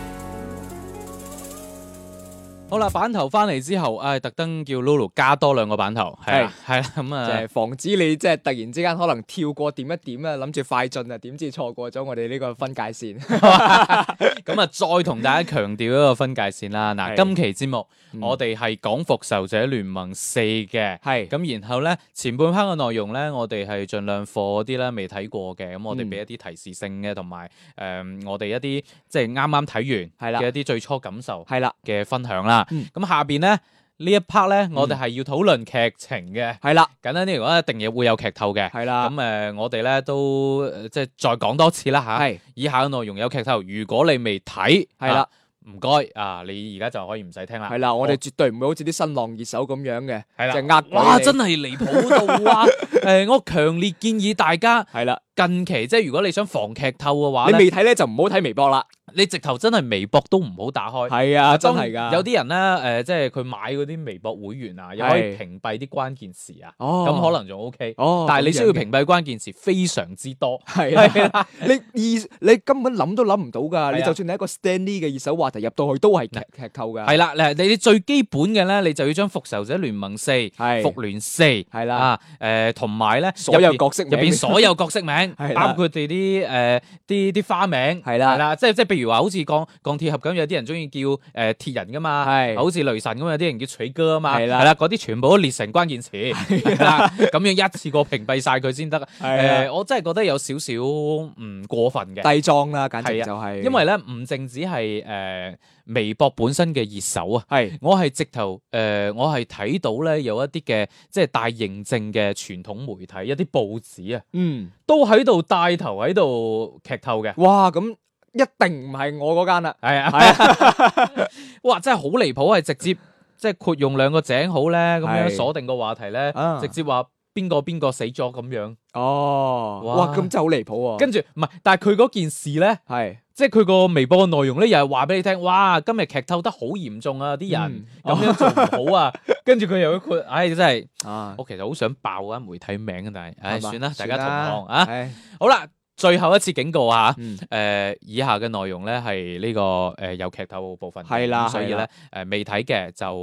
Speaker 3: 好啦，版頭翻嚟之後，唉、特登叫 Lulu 加多兩個版頭，係啦係啦，咁
Speaker 4: 就係
Speaker 3: 啊。
Speaker 4: 防止你即係突然之間可能跳過點一點啊，諗住快進啊，點知錯過咗我哋呢個分界線。
Speaker 3: 咁啊，再同大家強調一個分界線啦。嗱，
Speaker 4: 係
Speaker 3: 今期節目
Speaker 4: 嗯
Speaker 3: 我哋係講復仇者聯盟四嘅，
Speaker 4: 係
Speaker 3: 咁然後咧前半 part 嘅內容咧，我哋係盡量貨啲啦，未睇過嘅，咁我哋
Speaker 4: 嗯
Speaker 3: 俾一啲提示性嘅，同埋誒我哋一啲即 係啱啱睇
Speaker 4: 係
Speaker 3: 完
Speaker 4: 啦
Speaker 3: 嘅一啲最初感受
Speaker 4: 係啦，
Speaker 3: 嘅分享啦。
Speaker 4: 嗯
Speaker 3: 咁下邊咧。呢一 part 咧，我哋係要討論劇情嘅。
Speaker 4: 係啦，
Speaker 3: 簡單啲嚟講，一定嘢會有劇透嘅。
Speaker 4: 係啦
Speaker 3: 咁誒、我哋咧都呃即係再講多次啦嚇。
Speaker 4: 係
Speaker 3: 以下嘅內容有劇透，如果你未睇，
Speaker 4: 係啦
Speaker 3: 啊，唔該啊，你而家就可以唔使聽啦。
Speaker 4: 係啦，我哋絕對唔會好似啲新浪熱搜咁樣嘅，
Speaker 3: 係啦
Speaker 4: 就呃鬼
Speaker 3: 哇，
Speaker 4: 你
Speaker 3: 真係離譜 到啊！誒，我強烈建議大家
Speaker 4: 係啦。
Speaker 3: 近期即係如果你想防劇透嘅話
Speaker 4: 你
Speaker 3: 咧，
Speaker 4: 未睇咧就唔好睇微博啦。
Speaker 3: 你直頭真係微博都唔好打開。
Speaker 4: 係啊，真係
Speaker 3: 當
Speaker 4: 㗎。
Speaker 3: 有啲人咧，誒、即係佢買嗰啲微博會員啊，又可以
Speaker 4: 係
Speaker 3: 屏蔽啲關鍵詞啊，
Speaker 4: 哦，
Speaker 3: 咁、可能仲 OK。
Speaker 4: 哦，
Speaker 3: 但係你需要
Speaker 4: 評
Speaker 3: 屏蔽關鍵詞非常之多。
Speaker 4: 係啊，你二你根本諗都諗唔到
Speaker 3: 啊
Speaker 4: 㗎。你就算你一個 Stanley 嘅熱搜話題入到去都係劇劇透㗎。
Speaker 3: 係啦，嗱，你最基本嘅咧，你就要將復仇者聯盟四、
Speaker 4: 係
Speaker 3: 復聯四
Speaker 4: 係啦，
Speaker 3: 啊，誒同埋咧
Speaker 4: 所有
Speaker 3: 入邊
Speaker 4: 角色
Speaker 3: 入邊所有角色名，
Speaker 4: 係啦
Speaker 3: 包括佢哋啲誒啲啲花名，
Speaker 4: 係啦
Speaker 3: 係啦，即係即係譬如話，好似鋼鋼鐵俠咁，有啲人中意叫誒鐵人噶嘛，
Speaker 4: 係
Speaker 3: 好似雷神咁，有啲人叫取哥啊嘛，
Speaker 4: 係啦
Speaker 3: 係啦，嗰啲全部都列成關鍵 詞， 係啦，咁樣一次過屏蔽晒佢先得。
Speaker 4: 係啊
Speaker 3: 誒，我真係覺得有少少唔過分嘅，
Speaker 4: 低裝啦，簡直
Speaker 3: 係啊
Speaker 4: 就係
Speaker 3: 因為咧唔淨止係誒微博本身嘅熱搜啊。
Speaker 4: 係
Speaker 3: 我係直頭誒、呃我係睇到咧有一啲嘅即係帶認證嘅傳統媒體，一啲報紙啊，
Speaker 4: 嗯。
Speaker 3: 都喺度帶頭喺度劇透嘅。
Speaker 4: 哇，咁一定唔係我嗰間啦。
Speaker 3: 係啊，
Speaker 4: 係啊，
Speaker 3: 哇！真係好離譜，係啊直接即係括用兩個井好咧，咁樣
Speaker 4: 係
Speaker 3: 鎖定個話題咧，
Speaker 4: 啊
Speaker 3: 直接話邊個邊個死咗咁樣。
Speaker 4: 哦，
Speaker 3: 哇
Speaker 4: 哇，咁就好離譜喎。
Speaker 3: 跟住唔係，但係佢嗰件事咧，
Speaker 4: 係
Speaker 3: 即係佢個微博嘅內容咧，又係話俾你聽，哇！今日劇透得好嚴重啊，啲人
Speaker 4: 嗯
Speaker 3: 咁樣做唔好啊。跟住佢又會括，唉、真係。
Speaker 4: 啊，
Speaker 3: 我其實好想爆間媒體名嘅，但係唉
Speaker 4: 係嘛
Speaker 3: 算啦，大家同行啊。
Speaker 4: 唉
Speaker 3: 好啦，最後一次警告啊！
Speaker 4: 嗯
Speaker 3: 誒、以下嘅內容咧係呢個誒、有劇透部分嘅，
Speaker 4: 係
Speaker 3: 咁
Speaker 4: 啦
Speaker 3: 所以
Speaker 4: 係
Speaker 3: 咧
Speaker 4: 啦
Speaker 3: 誒未睇嘅就誒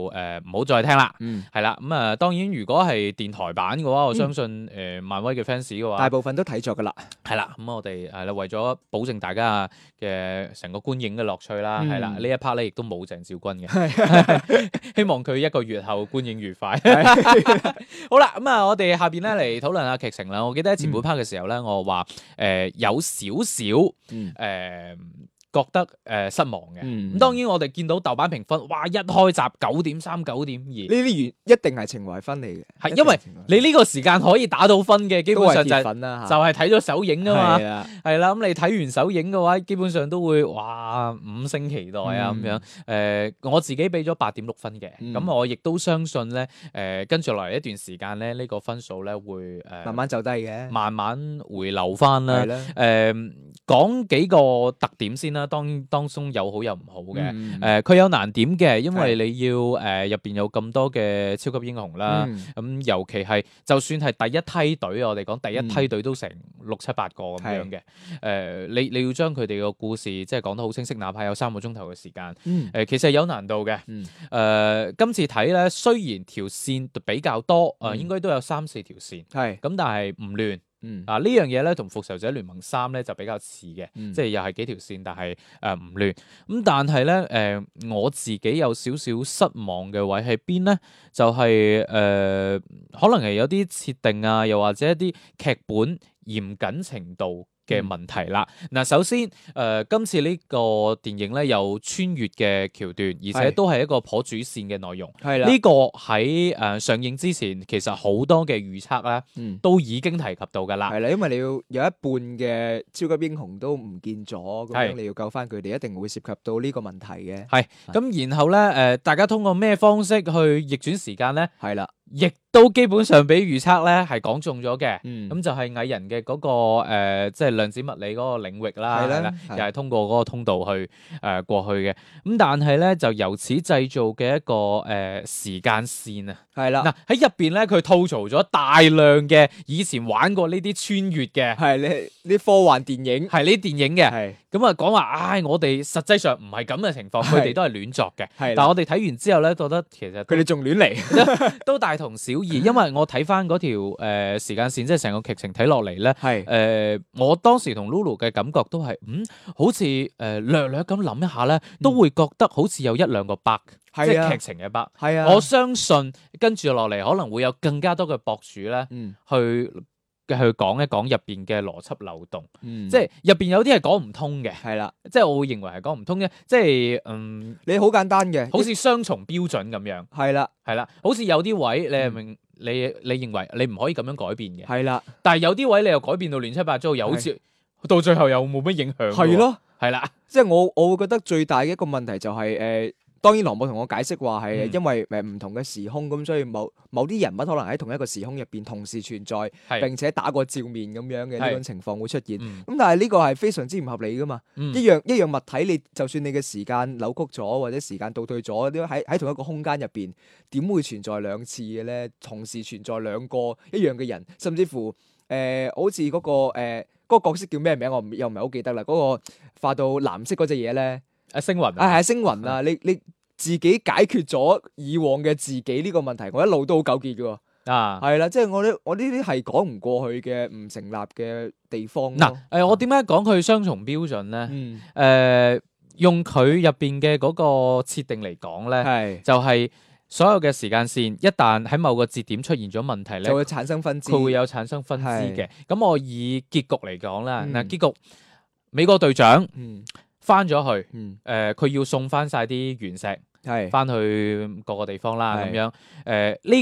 Speaker 3: 唔好再聽啦。
Speaker 4: 嗯，
Speaker 3: 係啦，咁啊當然如果係電台版嘅話，我相信誒、
Speaker 4: 嗯
Speaker 3: 漫威嘅 fans 嘅
Speaker 4: 大
Speaker 3: 話，
Speaker 4: 部分都睇咗噶啦。
Speaker 3: 係啦，咁我哋係啦，為咗保證大家嘅成個觀影嘅樂趣啦，
Speaker 4: 嗯
Speaker 3: 係啦、呢一 part 咧亦都冇鄭少君嘅， 希望佢一個月後觀影愉 快。好啦，咁啊，我哋下邊咧嚟討論下劇情啦。我記得喺前半 part 嘅時候咧，我話誒、有少少誒、
Speaker 4: 嗯
Speaker 3: 覺得誒、呃失望嘅。咁、
Speaker 4: 嗯
Speaker 3: 當然我哋見到豆瓣評分，哇！一開閘九點三、九點二，
Speaker 4: 呢啲原一定係情懷分嚟嘅，
Speaker 3: 係因為你呢個時間可以打到分嘅，基
Speaker 4: 基
Speaker 3: 本上就係、
Speaker 4: 粉啦
Speaker 3: 就係睇咗首映啊嘛。
Speaker 4: 嘛，
Speaker 3: 係啦，咁你睇完首映嘅話，基本上都會哇五星期待啊咁
Speaker 4: 嗯
Speaker 3: 樣。誒、我自己俾咗八點六分嘅，
Speaker 4: 嗯
Speaker 3: 咁、我亦都相信咧，誒、跟住落嚟一段時間咧，呢、個分數咧會誒、
Speaker 4: 慢慢走低嘅，
Speaker 3: 慢慢回流翻啦
Speaker 4: 係。啦，
Speaker 3: 誒、講幾個特點先啦，當當中有好有唔好嘅。
Speaker 4: 嗯
Speaker 3: 誒佢、有難點嘅，因為你要呃誒入邊有咁多嘅超級英雄啦，咁、
Speaker 4: 嗯
Speaker 3: 尤其係就算係第一梯隊，啊我哋講第一
Speaker 4: 嗯
Speaker 3: 梯隊都成六七八個咁樣嘅。誒、你你要將佢哋個故事即係講得好清晰，哪怕有三個鐘頭嘅時間，誒、
Speaker 4: 嗯
Speaker 3: 其實係有難度嘅。誒、
Speaker 4: 嗯
Speaker 3: 今次睇咧，雖然條線比較多，誒、
Speaker 4: 嗯
Speaker 3: 應該都有三四條線，
Speaker 4: 係，
Speaker 3: 咁但係唔亂。
Speaker 4: 嗯
Speaker 3: 啊，呢樣嘢咧同《復仇者聯盟三》咧就比較似嘅，
Speaker 4: 嗯
Speaker 3: 即係又係幾條線，但係誒唔亂。咁但係咧誒，我自己有少少失望嘅位喺邊咧？就係、誒、可能係有啲設定啊，又或者一啲劇本嚴謹程度。
Speaker 4: 嗯
Speaker 3: 嘅問題啦，嗱、首先，誒、今次呢個電影咧有穿越嘅橋段，而且
Speaker 4: 係
Speaker 3: 都係一個頗主線嘅內容。
Speaker 4: 係啦，
Speaker 3: 呢個喺誒、呃上映之前，其實好多嘅預測咧
Speaker 4: 嗯
Speaker 3: 都已經提及到㗎啦。
Speaker 4: 係啦，因為你要有一半嘅超級英雄都唔見咗，咁
Speaker 3: 係
Speaker 4: 樣你要救翻佢哋，一定會涉及到呢個問題嘅，
Speaker 3: 咁然後咧，誒、大家通過咩方式去逆轉時間咧？
Speaker 4: 係啦，
Speaker 3: 亦都基本上俾預測咧係講中咗嘅。
Speaker 4: 嗯
Speaker 3: 咁、就係蟻人嘅嗰、個、誒，即係量子物理嗰個領域啦，
Speaker 4: 係啦
Speaker 3: 係啦，又
Speaker 4: 係
Speaker 3: 係通過嗰個通道去誒、過去嘅。咁但係咧，就由此製造嘅一個誒、時間線啊。
Speaker 4: 係
Speaker 3: 嗱
Speaker 4: 啦，
Speaker 3: 喺入邊咧，佢吐槽咗大量嘅以前玩過呢啲穿越嘅
Speaker 4: 係你啲科幻電影
Speaker 3: 係呢啲電影嘅。
Speaker 4: 係
Speaker 3: 咁啊講話，唉，我哋實際上唔係咁嘅情況，佢哋
Speaker 4: 係
Speaker 3: 都係亂作嘅。但
Speaker 4: 係啦，
Speaker 3: 我哋睇完之後咧，覺得其實都
Speaker 4: 佢哋仲 亂嚟，
Speaker 3: 都大同小 異，因為我睇翻嗰條誒時間線，即係成個劇情睇落嚟咧。誒、
Speaker 4: 係
Speaker 3: 我當時同 Lulu 嘅感覺都係，嗯，好似誒、略略咁諗一下咧，都會覺得好似有一兩個 bug，、即
Speaker 4: 嗯係
Speaker 3: 係
Speaker 4: 啊
Speaker 3: 劇，情嘅 bug。
Speaker 4: 係啊，
Speaker 3: 我相信跟住落嚟可能會有更加多嘅博主咧，
Speaker 4: 嗯
Speaker 3: 去去講一講入邊嘅邏輯漏洞，
Speaker 4: 嗯
Speaker 3: 即係入邊有啲係講唔通嘅，
Speaker 4: 係啦，
Speaker 3: 即係我會認為係講唔通嘅，即係嗯，
Speaker 4: 你好簡單嘅，
Speaker 3: 好似雙重標準咁樣。
Speaker 4: 係啦，
Speaker 3: 係啦，好似有啲位你係
Speaker 4: 嗯
Speaker 3: 明，你你認為你唔可以咁樣改變嘅，
Speaker 4: 係啦，
Speaker 3: 但係有啲位你又改變到亂七八糟，又好似到最後又冇乜影響。
Speaker 4: 係，咯。
Speaker 3: 係啦，
Speaker 4: 即係我我會覺得最大嘅一個問題就係、誒、當然羅姆同我解釋話
Speaker 3: 嗯
Speaker 4: 係因為誒唔同嘅時空咁，所以某某啲人物可能喺同一個時空入邊同時存在，
Speaker 3: 係
Speaker 4: 並且打過照面咁樣嘅呢
Speaker 3: 係
Speaker 4: 種情況會出現。
Speaker 3: 嗯
Speaker 4: 咁但係呢個係非常之唔合理噶嘛，
Speaker 3: 嗯
Speaker 4: 一樣一樣物體，你就算你嘅時間扭曲咗或者時間倒退咗，都喺喺同一個空間入邊，點會存在兩次嘅咧？同時存在兩個一樣嘅人，甚至乎誒、呃好似嗰、個誒嗰個角色叫咩名？我唔又唔係好記得啦。嗰、個化到藍色嗰只嘢咧，
Speaker 3: 阿星雲
Speaker 4: 啊係星雲啊！你你自己解決咗以往嘅自己呢個問題，我一路都好糾結嘅喎。
Speaker 3: 啊。
Speaker 4: 係啦，即係我呢我呢啲係講唔過去嘅唔成立嘅地方咯
Speaker 3: 嗱，誒，我點解講佢雙重標準咧？
Speaker 4: 嗯
Speaker 3: 誒，用佢入邊嘅嗰個設定嚟講咧，
Speaker 4: 係
Speaker 3: 就係所有嘅時間線一旦喺某個節點出現咗問題咧
Speaker 4: 就，會產生分支，
Speaker 3: 佢會有產生分支
Speaker 4: 係
Speaker 3: 嘅。咁我以結局嚟講啦，嗱，
Speaker 4: 嗯
Speaker 3: 結局美國隊長
Speaker 4: 嗯
Speaker 3: 翻咗去。
Speaker 4: 嗯
Speaker 3: 誒、呃佢要送翻晒啲原石
Speaker 4: 係
Speaker 3: 翻去各個地方啦，咁
Speaker 4: 係
Speaker 3: 樣誒呢、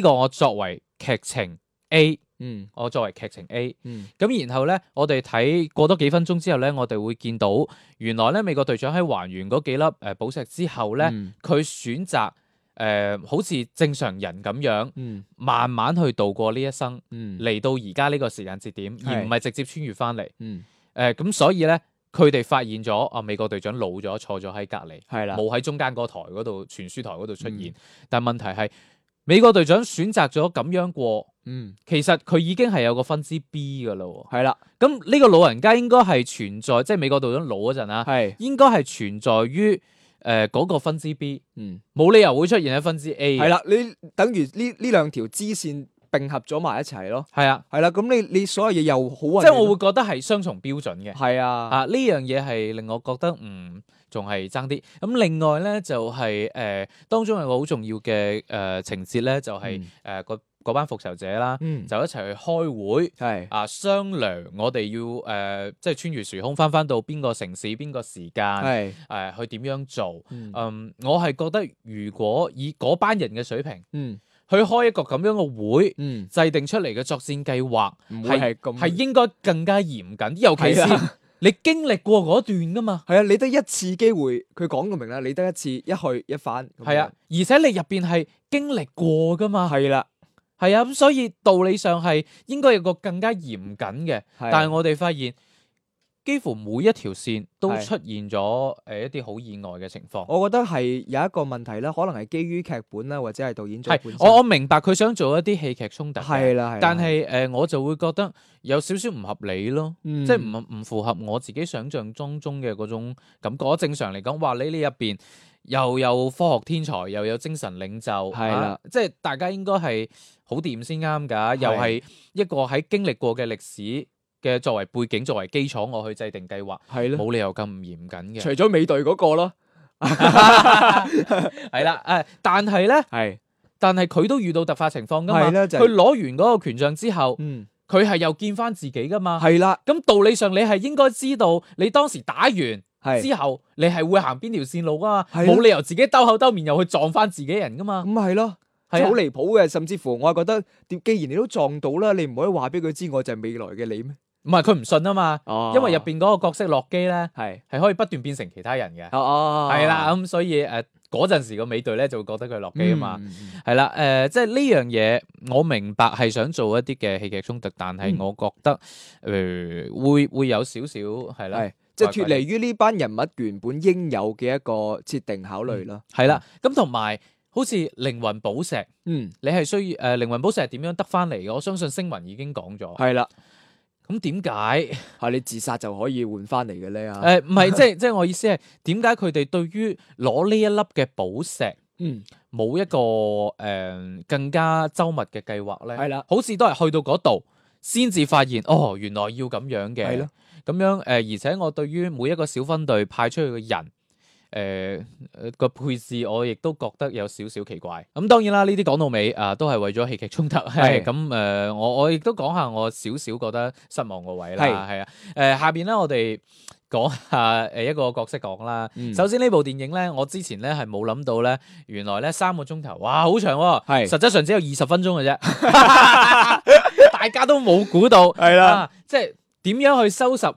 Speaker 3: 個我作為劇情 A，
Speaker 4: 嗯
Speaker 3: 我作為劇情 A，
Speaker 4: 嗯
Speaker 3: 咁然後咧我哋睇過多幾分鐘之後咧，我哋會見到原來咧美國隊長喺還原嗰幾粒誒寶石之後咧，
Speaker 4: 嗯
Speaker 3: 佢、選擇誒、呃好似正常人咁樣，
Speaker 4: 嗯
Speaker 3: 慢慢去度過呢一生，
Speaker 4: 嗯
Speaker 3: 嚟到而家呢個時間節點，而
Speaker 4: 係
Speaker 3: 唔係直接穿越翻嚟。
Speaker 4: 嗯
Speaker 3: 誒咁、所以咧，佢哋發現咗啊，美國隊長老咗，坐咗喺隔離，
Speaker 4: 係啦，
Speaker 3: 冇喺中間嗰台嗰度傳輸台嗰度出現。
Speaker 4: 嗯
Speaker 3: 但問題係，美國隊長選擇咗咁樣過，
Speaker 4: 嗯
Speaker 3: 其實佢已經係有個分支 B 㗎啦喎。
Speaker 4: 係啦
Speaker 3: 咁呢個老人家應該係存在，即係美國隊長老嗰陣啊，
Speaker 4: 係
Speaker 3: 應該係存在於誒嗰個分支 B，
Speaker 4: 嗯
Speaker 3: 冇理由會出現喺分支 A。啊
Speaker 4: 係，啦，你等於呢呢兩條支線並合咗埋一齊咯，
Speaker 3: 係啊，
Speaker 4: 係啦，咁你你所有嘢又好混亂咯，
Speaker 3: 即係我會覺得係雙重標準嘅。
Speaker 4: 係啊，
Speaker 3: 啊，呢樣嘢係令我覺得嗯仲係爭啲。咁另呃外咧就係、誒、當中有個好重要嘅誒、情節咧，就係、誒、
Speaker 4: 嗯
Speaker 3: 個。嗰班復仇者啦，
Speaker 4: 嗯，
Speaker 3: 就一齊去開會。
Speaker 4: 係
Speaker 3: 啊，商量我哋要誒、呃即係穿越時空翻翻到邊個城市、邊個時間，誒、
Speaker 4: 係，
Speaker 3: 去點樣做？
Speaker 4: 啊嗯
Speaker 3: 嗯，我係覺得如果以嗰班人嘅水平
Speaker 4: 嗯
Speaker 3: 去開一個咁樣嘅會，
Speaker 4: 嗯，
Speaker 3: 制定出嚟嘅作戰計劃
Speaker 4: 唔會係咁
Speaker 3: 係應該更加嚴謹，尤其
Speaker 4: 係啊
Speaker 3: 是你經歷過嗰段噶嘛。
Speaker 4: 係啊，你得一次機會，佢講到明啦，你得一次，一去一返，咁
Speaker 3: 係啊，而且你入邊係經歷過噶嘛，
Speaker 4: 樣，係啦，
Speaker 3: 係啊，咁所以道理上係應該有個更加嚴謹嘅，
Speaker 4: 係
Speaker 3: 但係我哋發現幾乎每一條線都
Speaker 4: 係
Speaker 3: 出現咗誒一啲好意外嘅情況。
Speaker 4: 我覺得係有一個問題啦，可能係基於劇本啊啦，或者係導演組
Speaker 3: 係
Speaker 4: 本身
Speaker 3: 我我明白佢想做一啲戲劇衝突嘅，
Speaker 4: 係啦，係啦
Speaker 3: 但係誒、呃我就會覺得有少少唔合理咯，
Speaker 4: 嗯
Speaker 3: 即係唔唔符合我自己想象中中嘅嗰種感覺。正常嚟講，話你呢入邊又有科學天才，又有精神領袖，
Speaker 4: 係啦
Speaker 3: 啊即係大家應該係好掂先啱㗎。又係一個喺經歷過嘅歷史嘅作為背景、作為基礎，我去制定計劃，
Speaker 4: 係咯，
Speaker 3: 冇理由咁唔嚴謹嘅
Speaker 4: 除。咗美隊嗰個咯，
Speaker 3: 係啦，誒，但係咧，
Speaker 4: 係，
Speaker 3: 但係佢都遇到突發情況㗎嘛。
Speaker 4: 係啦就係
Speaker 3: 佢攞完嗰個權杖之後，
Speaker 4: 嗯，
Speaker 3: 佢係又見翻自己㗎嘛。
Speaker 4: 係啦，
Speaker 3: 咁道理上你係應該知道，你當時打完之
Speaker 4: 係。
Speaker 3: 後，你係會行邊條線路噶嘛？
Speaker 4: 係啊
Speaker 3: 冇理由自己兜口兜面又去撞翻自己人噶嘛？
Speaker 4: 咁咪係咯，即
Speaker 3: 係
Speaker 4: 係好
Speaker 3: 啊，
Speaker 4: 離譜嘅，甚至乎我係覺得，點既然你都撞到啦，你唔可以話俾佢知我就係未來嘅你咩？
Speaker 3: 唔係佢唔信啊嘛，
Speaker 4: 哦
Speaker 3: 因為入邊嗰個角色洛基咧
Speaker 4: 係
Speaker 3: 係可以不斷變成其他人嘅，
Speaker 4: 哦哦，
Speaker 3: 係啦，咁所以誒嗰陣時個美隊咧就會覺得佢係洛基啊嘛。
Speaker 4: 嗯，
Speaker 3: 係啦，誒、即係呢樣嘢，我明白係想做一啲嘅戲劇衝突，但係
Speaker 4: 嗯
Speaker 3: 我覺得誒、會會有少少係啦
Speaker 4: 係，即係
Speaker 3: 怪
Speaker 4: 脱
Speaker 3: 怪
Speaker 4: 離於呢班人物原本應有嘅一個設定考慮啦。
Speaker 3: 係啦，咁同埋好似靈魂寶石。
Speaker 4: 嗯，
Speaker 3: 你係需要誒、呃、靈魂寶石係點樣得翻嚟嘅？我相信星雲已經講咗。
Speaker 4: 嗯係啦，
Speaker 3: 咁點解？
Speaker 4: 係你自殺就可以換翻嚟嘅咧啊。
Speaker 3: 誒唔係，即係即係我意思係點解佢哋對於攞呢一粒嘅寶石
Speaker 4: 嗯，
Speaker 3: 冇一個誒、呃更加周密嘅計劃咧？
Speaker 4: 係啦，
Speaker 3: 好似都係去到嗰度先至發現，哦，原來要咁樣嘅。
Speaker 4: 係咯，
Speaker 3: 咁樣誒、呃而且我對於每一個小分隊派出去嘅人。誒誒個配置我亦都覺得有少少奇怪。咁、當然啦，呢啲講到尾啊、都係為咗戲劇衝突。
Speaker 4: 係
Speaker 3: 咁誒、呃我我亦都講下我少少覺得失望個位啦。
Speaker 4: 係
Speaker 3: 係啊，誒、下邊咧我哋講下呃誒一個角色講啦。
Speaker 4: 嗯
Speaker 3: 首先呢部電影咧，我之前咧係冇諗到咧，原來咧三個鐘頭，哇，好長喎、
Speaker 4: 係
Speaker 3: 實質上只有二十分鐘嘅啫， 大家都冇估到。
Speaker 4: 係啦。
Speaker 3: 啊，即係點樣去收拾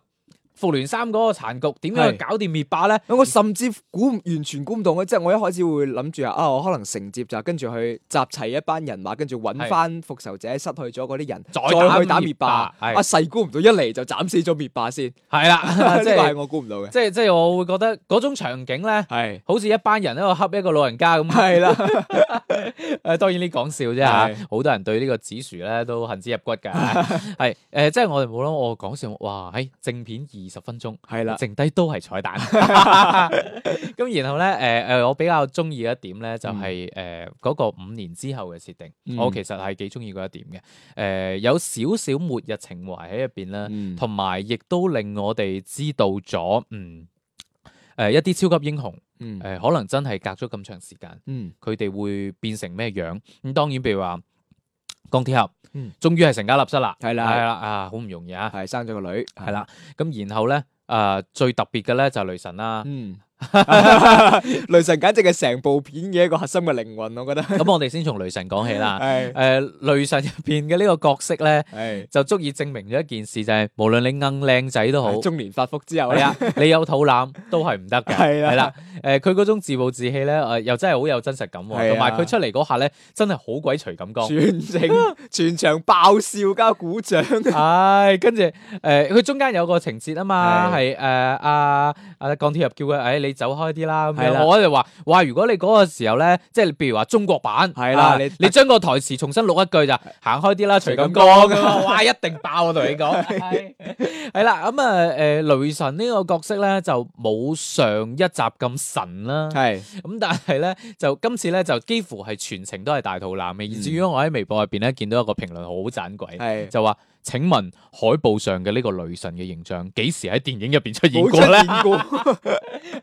Speaker 3: 復聯三嗰個殘局？點樣去搞掂滅霸咧？
Speaker 4: 咁我甚至估唔完全估唔到嘅，即係我一開始會諗住啊，啊我可能承接就跟住去集齊一班人馬，跟住揾翻復仇者失去咗嗰啲人，
Speaker 3: 再
Speaker 4: 再
Speaker 3: 打
Speaker 4: 去打
Speaker 3: 滅
Speaker 4: 滅
Speaker 3: 霸
Speaker 4: 霸。
Speaker 3: 係
Speaker 4: 啊細估唔到一嚟就斬死咗滅霸 先，
Speaker 3: 係 啦，
Speaker 4: 呢
Speaker 3: 啊即
Speaker 4: 個係
Speaker 3: 係
Speaker 4: 我估唔到嘅。
Speaker 3: 即係即係，我會覺得嗰種場景咧，
Speaker 4: 係
Speaker 3: 好似一班人喺度恰一個老人家 咁。
Speaker 4: 係啦，
Speaker 3: 誒當然呢講笑啫嚇
Speaker 4: 係，
Speaker 3: 好多人對呢個紫薯咧都恨之入骨 㗎。係誒、即係我哋冇諗，我講笑，哇！喺正片二十分鐘。
Speaker 4: 係啦，
Speaker 3: 剩低都係彩 蛋。咁然後咧，誒、誒，我比較中意嘅一點咧，就係誒嗰個五年之後嘅設定，
Speaker 4: 嗯
Speaker 3: 我其實係幾中意嗰一點嘅。誒、有少少末日情懷喺入邊啦，
Speaker 4: 嗯
Speaker 3: 同埋亦都令我哋知道咗，嗯，誒、一啲超級英雄，誒、
Speaker 4: 嗯
Speaker 3: 可能真係隔咗咁長時間，
Speaker 4: 嗯
Speaker 3: 佢哋會變成咩樣？咁當然，譬如話鋼鐵俠，
Speaker 4: 嗯
Speaker 3: 終於係成家立室啦，
Speaker 4: 係啦
Speaker 3: 係啦，啊，好唔容易啊！
Speaker 4: 係生咗個女，
Speaker 3: 系啦，咁然後咧，诶、最特別嘅咧就係雷神啦。
Speaker 4: 嗯， 雷神簡直係成部片嘅一個核心嘅靈魂，我 覺得
Speaker 3: 咁、我哋先從雷神講起啦。
Speaker 4: 嗯 係
Speaker 3: 诶、雷神入边嘅呢個角色咧，
Speaker 4: 係
Speaker 3: 就足以證明咗一件事，就係無論你硬靚仔都好，
Speaker 4: 中年發福之後
Speaker 3: 係
Speaker 4: 咧，
Speaker 3: 啊，你有肚腩都係唔得嘅。
Speaker 4: 係啦
Speaker 3: 係啦，诶、佢嗰種自暴自棄咧，诶、又真係好有真實感、
Speaker 4: 係
Speaker 3: 喎。
Speaker 4: 啊
Speaker 3: 同埋佢出嚟嗰下咧，真係好鬼徐錦江。
Speaker 4: 全程全場爆笑加鼓掌，
Speaker 3: 唉，跟住誒，呃佢、中間有個情節啊嘛，係
Speaker 4: 係
Speaker 3: 誒阿阿鋼鐵俠叫佢，誒、你走開啲啦咁
Speaker 4: 係啦
Speaker 3: 樣。我就話，哇！如果你嗰個時候咧，即係譬如話中國版，
Speaker 4: 係啦
Speaker 3: 啊
Speaker 4: 你
Speaker 3: 你將個台詞重新錄一句就行開啲啦，徐
Speaker 4: 徐
Speaker 3: 錦江
Speaker 4: 錦江
Speaker 3: 咁啊，哇！一定爆我同你 講，係係啦。咁啊誒，雷神呢個角色咧就冇上一集咁神啦。
Speaker 4: 係
Speaker 3: 咁但係咧，就今次咧就幾乎係全程都係大肚腩嘅，以至於我喺微博入邊咧見到一個評論好盞鬼，
Speaker 4: 係
Speaker 3: 就話：請問海報上嘅呢個雷神嘅形象幾時喺電影入邊出現
Speaker 4: 冇
Speaker 3: 過
Speaker 4: 出
Speaker 3: 咧？
Speaker 4: 現過，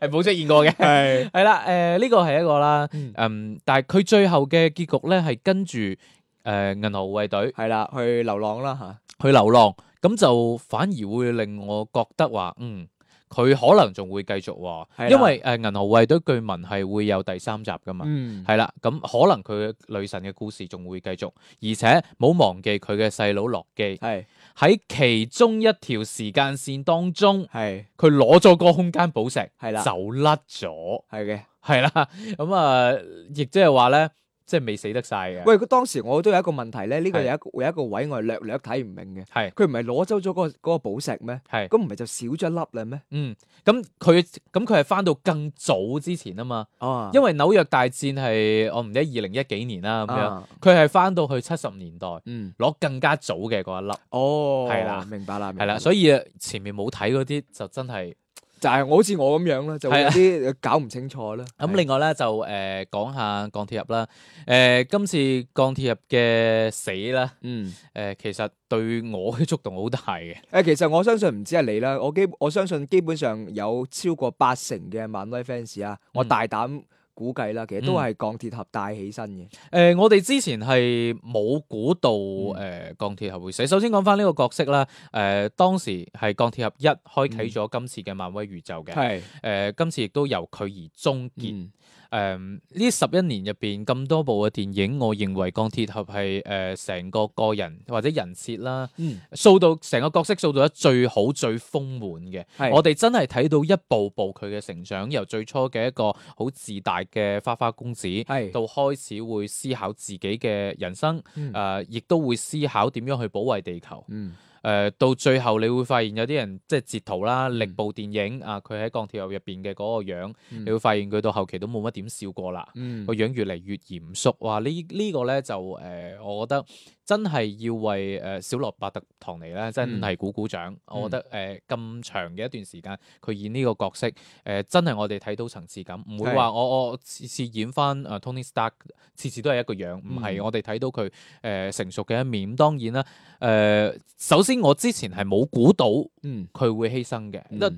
Speaker 3: 係冇出現 過嘅。
Speaker 4: 係
Speaker 3: 係啦，誒、呢個係一個啦，
Speaker 4: 嗯
Speaker 3: 嗯，但係佢最後嘅結局咧係跟住誒、誒銀河護衛隊
Speaker 4: 係啦，去流浪啦吓。
Speaker 3: 去流浪，咁就反而會令我覺得話，嗯，佢可能仲會繼續
Speaker 4: 係啦
Speaker 3: 喎，因為誒銀河護衛隊據聞係會有第三集噶嘛。
Speaker 4: 嗯，
Speaker 3: 係啦，咁可能佢女神嘅故事仲會繼續，而且冇忘記佢嘅細佬洛基
Speaker 4: 係
Speaker 3: 喺其中一條時間線當中，
Speaker 4: 係
Speaker 3: 佢攞咗個空間寶石，
Speaker 4: 係啦
Speaker 3: 走甩咗，
Speaker 4: 係嘅。
Speaker 3: 係啦，咁啊，亦即係話咧，即係未死得晒嘅，
Speaker 4: 喂，佢當時我都有一個問題咧，呢個
Speaker 3: 係
Speaker 4: 有一個有一個位我係略略睇唔明嘅。
Speaker 3: 係
Speaker 4: 佢唔係攞走咗嗰個嗰個寶石咩？
Speaker 3: 係，
Speaker 4: 咁唔係就少咗一粒啦咩？
Speaker 3: 嗯，咁佢咁佢係翻到更早之前啊嘛，
Speaker 4: 哦
Speaker 3: 因為紐約大戰係我唔知二零一幾年啦咁樣，
Speaker 4: 啊
Speaker 3: 佢係翻到去七十年代
Speaker 4: 嗯，
Speaker 3: 攞更加早嘅嗰一粒，
Speaker 4: 哦，
Speaker 3: 係啦
Speaker 4: 明白啦，明
Speaker 3: 係
Speaker 4: 白
Speaker 3: 啦，所以呃前面冇睇嗰啲就真係。
Speaker 4: 就係我好似我咁樣啦，就會
Speaker 3: 係
Speaker 4: 有
Speaker 3: 啊
Speaker 4: 啲呃搞唔清楚啦。
Speaker 3: 咁
Speaker 4: 係
Speaker 3: 另外咧就誒、呃、講下鋼鐵俠啦，誒、今次鋼鐵俠嘅死啦，
Speaker 4: 嗯，
Speaker 3: 誒、其實對我嘅觸動好大 嘅，
Speaker 4: 誒，其實我相信唔止係你啦，我基我相信基本上有超過八成嘅漫威 fans 啊，我
Speaker 3: 嗯
Speaker 4: 大膽估計啦，其實都係鋼鐵俠帶起身
Speaker 3: 誒、
Speaker 4: 嘅。
Speaker 3: 呃我哋之前係冇估到誒、呃、鋼鐵俠會死。首先講翻呢個角色啦，誒、呃當時係鋼鐵俠一開啟咗今次嘅漫威宇宙嘅，誒、
Speaker 4: 係，
Speaker 3: 今次亦都由佢而終結。誒
Speaker 4: 嗯，
Speaker 3: 呃呢十一年入邊咁多部嘅電影，我認為鋼鐵俠係誒成個個人或者人設啦，
Speaker 4: 嗯
Speaker 3: 塑到成個角色塑造得最好最豐滿嘅。
Speaker 4: 係
Speaker 3: 我哋真係睇到一步步佢嘅成長，由最初嘅一個好自大嘅花花公子。
Speaker 4: 係
Speaker 3: 到開始會思考自己嘅人生，誒、呃
Speaker 4: 嗯
Speaker 3: 亦都會思考點樣去保衞地球。誒、
Speaker 4: 嗯
Speaker 3: 呃到最後你會發現有啲人即係截圖啦，力部電影啊，佢喺鋼鐵俠入邊嘅嗰個樣，
Speaker 4: 嗯
Speaker 3: 你會發現佢到後期都冇乜點笑過啦，
Speaker 4: 嗯
Speaker 3: 個、樣越嚟越嚴肅。哇！呢、呢個咧就誒、呃我覺得真係要為誒、呃小羅伯特唐尼咧
Speaker 4: 嗯
Speaker 3: 真係鼓鼓掌。我覺得誒咁、長嘅一段時間，佢演呢個角色誒、呃真係我哋睇到層次感，唔會
Speaker 4: 係
Speaker 3: 話我我次次演翻誒 Tony Stark 次次都係一個樣，唔係、
Speaker 4: 嗯
Speaker 3: 我哋睇到佢誒、呃成熟嘅一面。咁當然啦，誒、呃首先我之前係冇估到
Speaker 4: 嗯，
Speaker 3: 佢會犧牲嘅，
Speaker 4: 嗯
Speaker 3: 得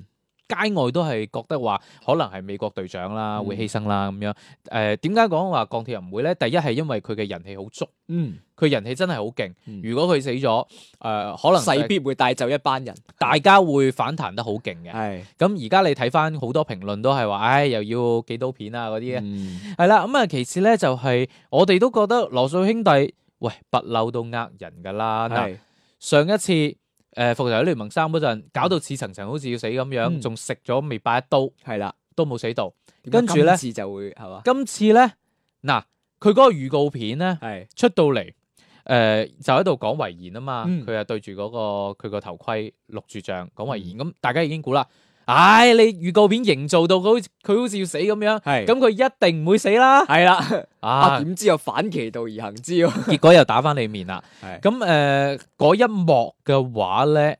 Speaker 3: 街外都係覺得話可能係美國隊長啦，
Speaker 4: 嗯
Speaker 3: 會犧牲啦咁樣。誒點解講話鋼鐵人唔會咧？第一係因為佢嘅人氣好足，
Speaker 4: 嗯，
Speaker 3: 佢人氣真係好勁。
Speaker 4: 嗯
Speaker 3: 如果佢死咗，誒、可能
Speaker 4: 勢必會帶走一班人。
Speaker 3: 大家會反彈得好勁嘅。
Speaker 4: 係，
Speaker 3: 咁而家你睇翻好多評論都係話，唉，又要幾刀片啊嗰啲嘅。
Speaker 4: 嗯
Speaker 3: 係啦，咁啊，其次咧就係、我哋都覺得羅素兄弟，喂，不嬲都呃人㗎啦。嗱，
Speaker 4: 係，
Speaker 3: 上一次誒、呃、復仇者聯盟三嗰陣，搞到似層層好似要死咁樣，
Speaker 4: 嗯
Speaker 3: 仲食咗未八一刀，
Speaker 4: 係啦。
Speaker 3: 都冇死到。
Speaker 4: 點解啊
Speaker 3: 跟住咧
Speaker 4: 今次就會係嘛？
Speaker 3: 今次咧，嗱，佢嗰個預告片咧
Speaker 4: 係，
Speaker 3: 出到嚟，誒、就喺度講遺言啊嘛，
Speaker 4: 嗯
Speaker 3: 佢係、對住嗰、個佢個頭盔錄住像講遺言，咁、大家已經估啦。唉、你預告片營造到佢好似佢好似要死咁樣，
Speaker 4: 係
Speaker 3: 咁佢一定唔會死啦。
Speaker 4: 係啦。啊，
Speaker 3: 啊，
Speaker 4: 點知又反其道而行之喎？
Speaker 3: 結果又打翻你面啦。
Speaker 4: 係，
Speaker 3: 咁誒嗰一幕嘅話咧，誒、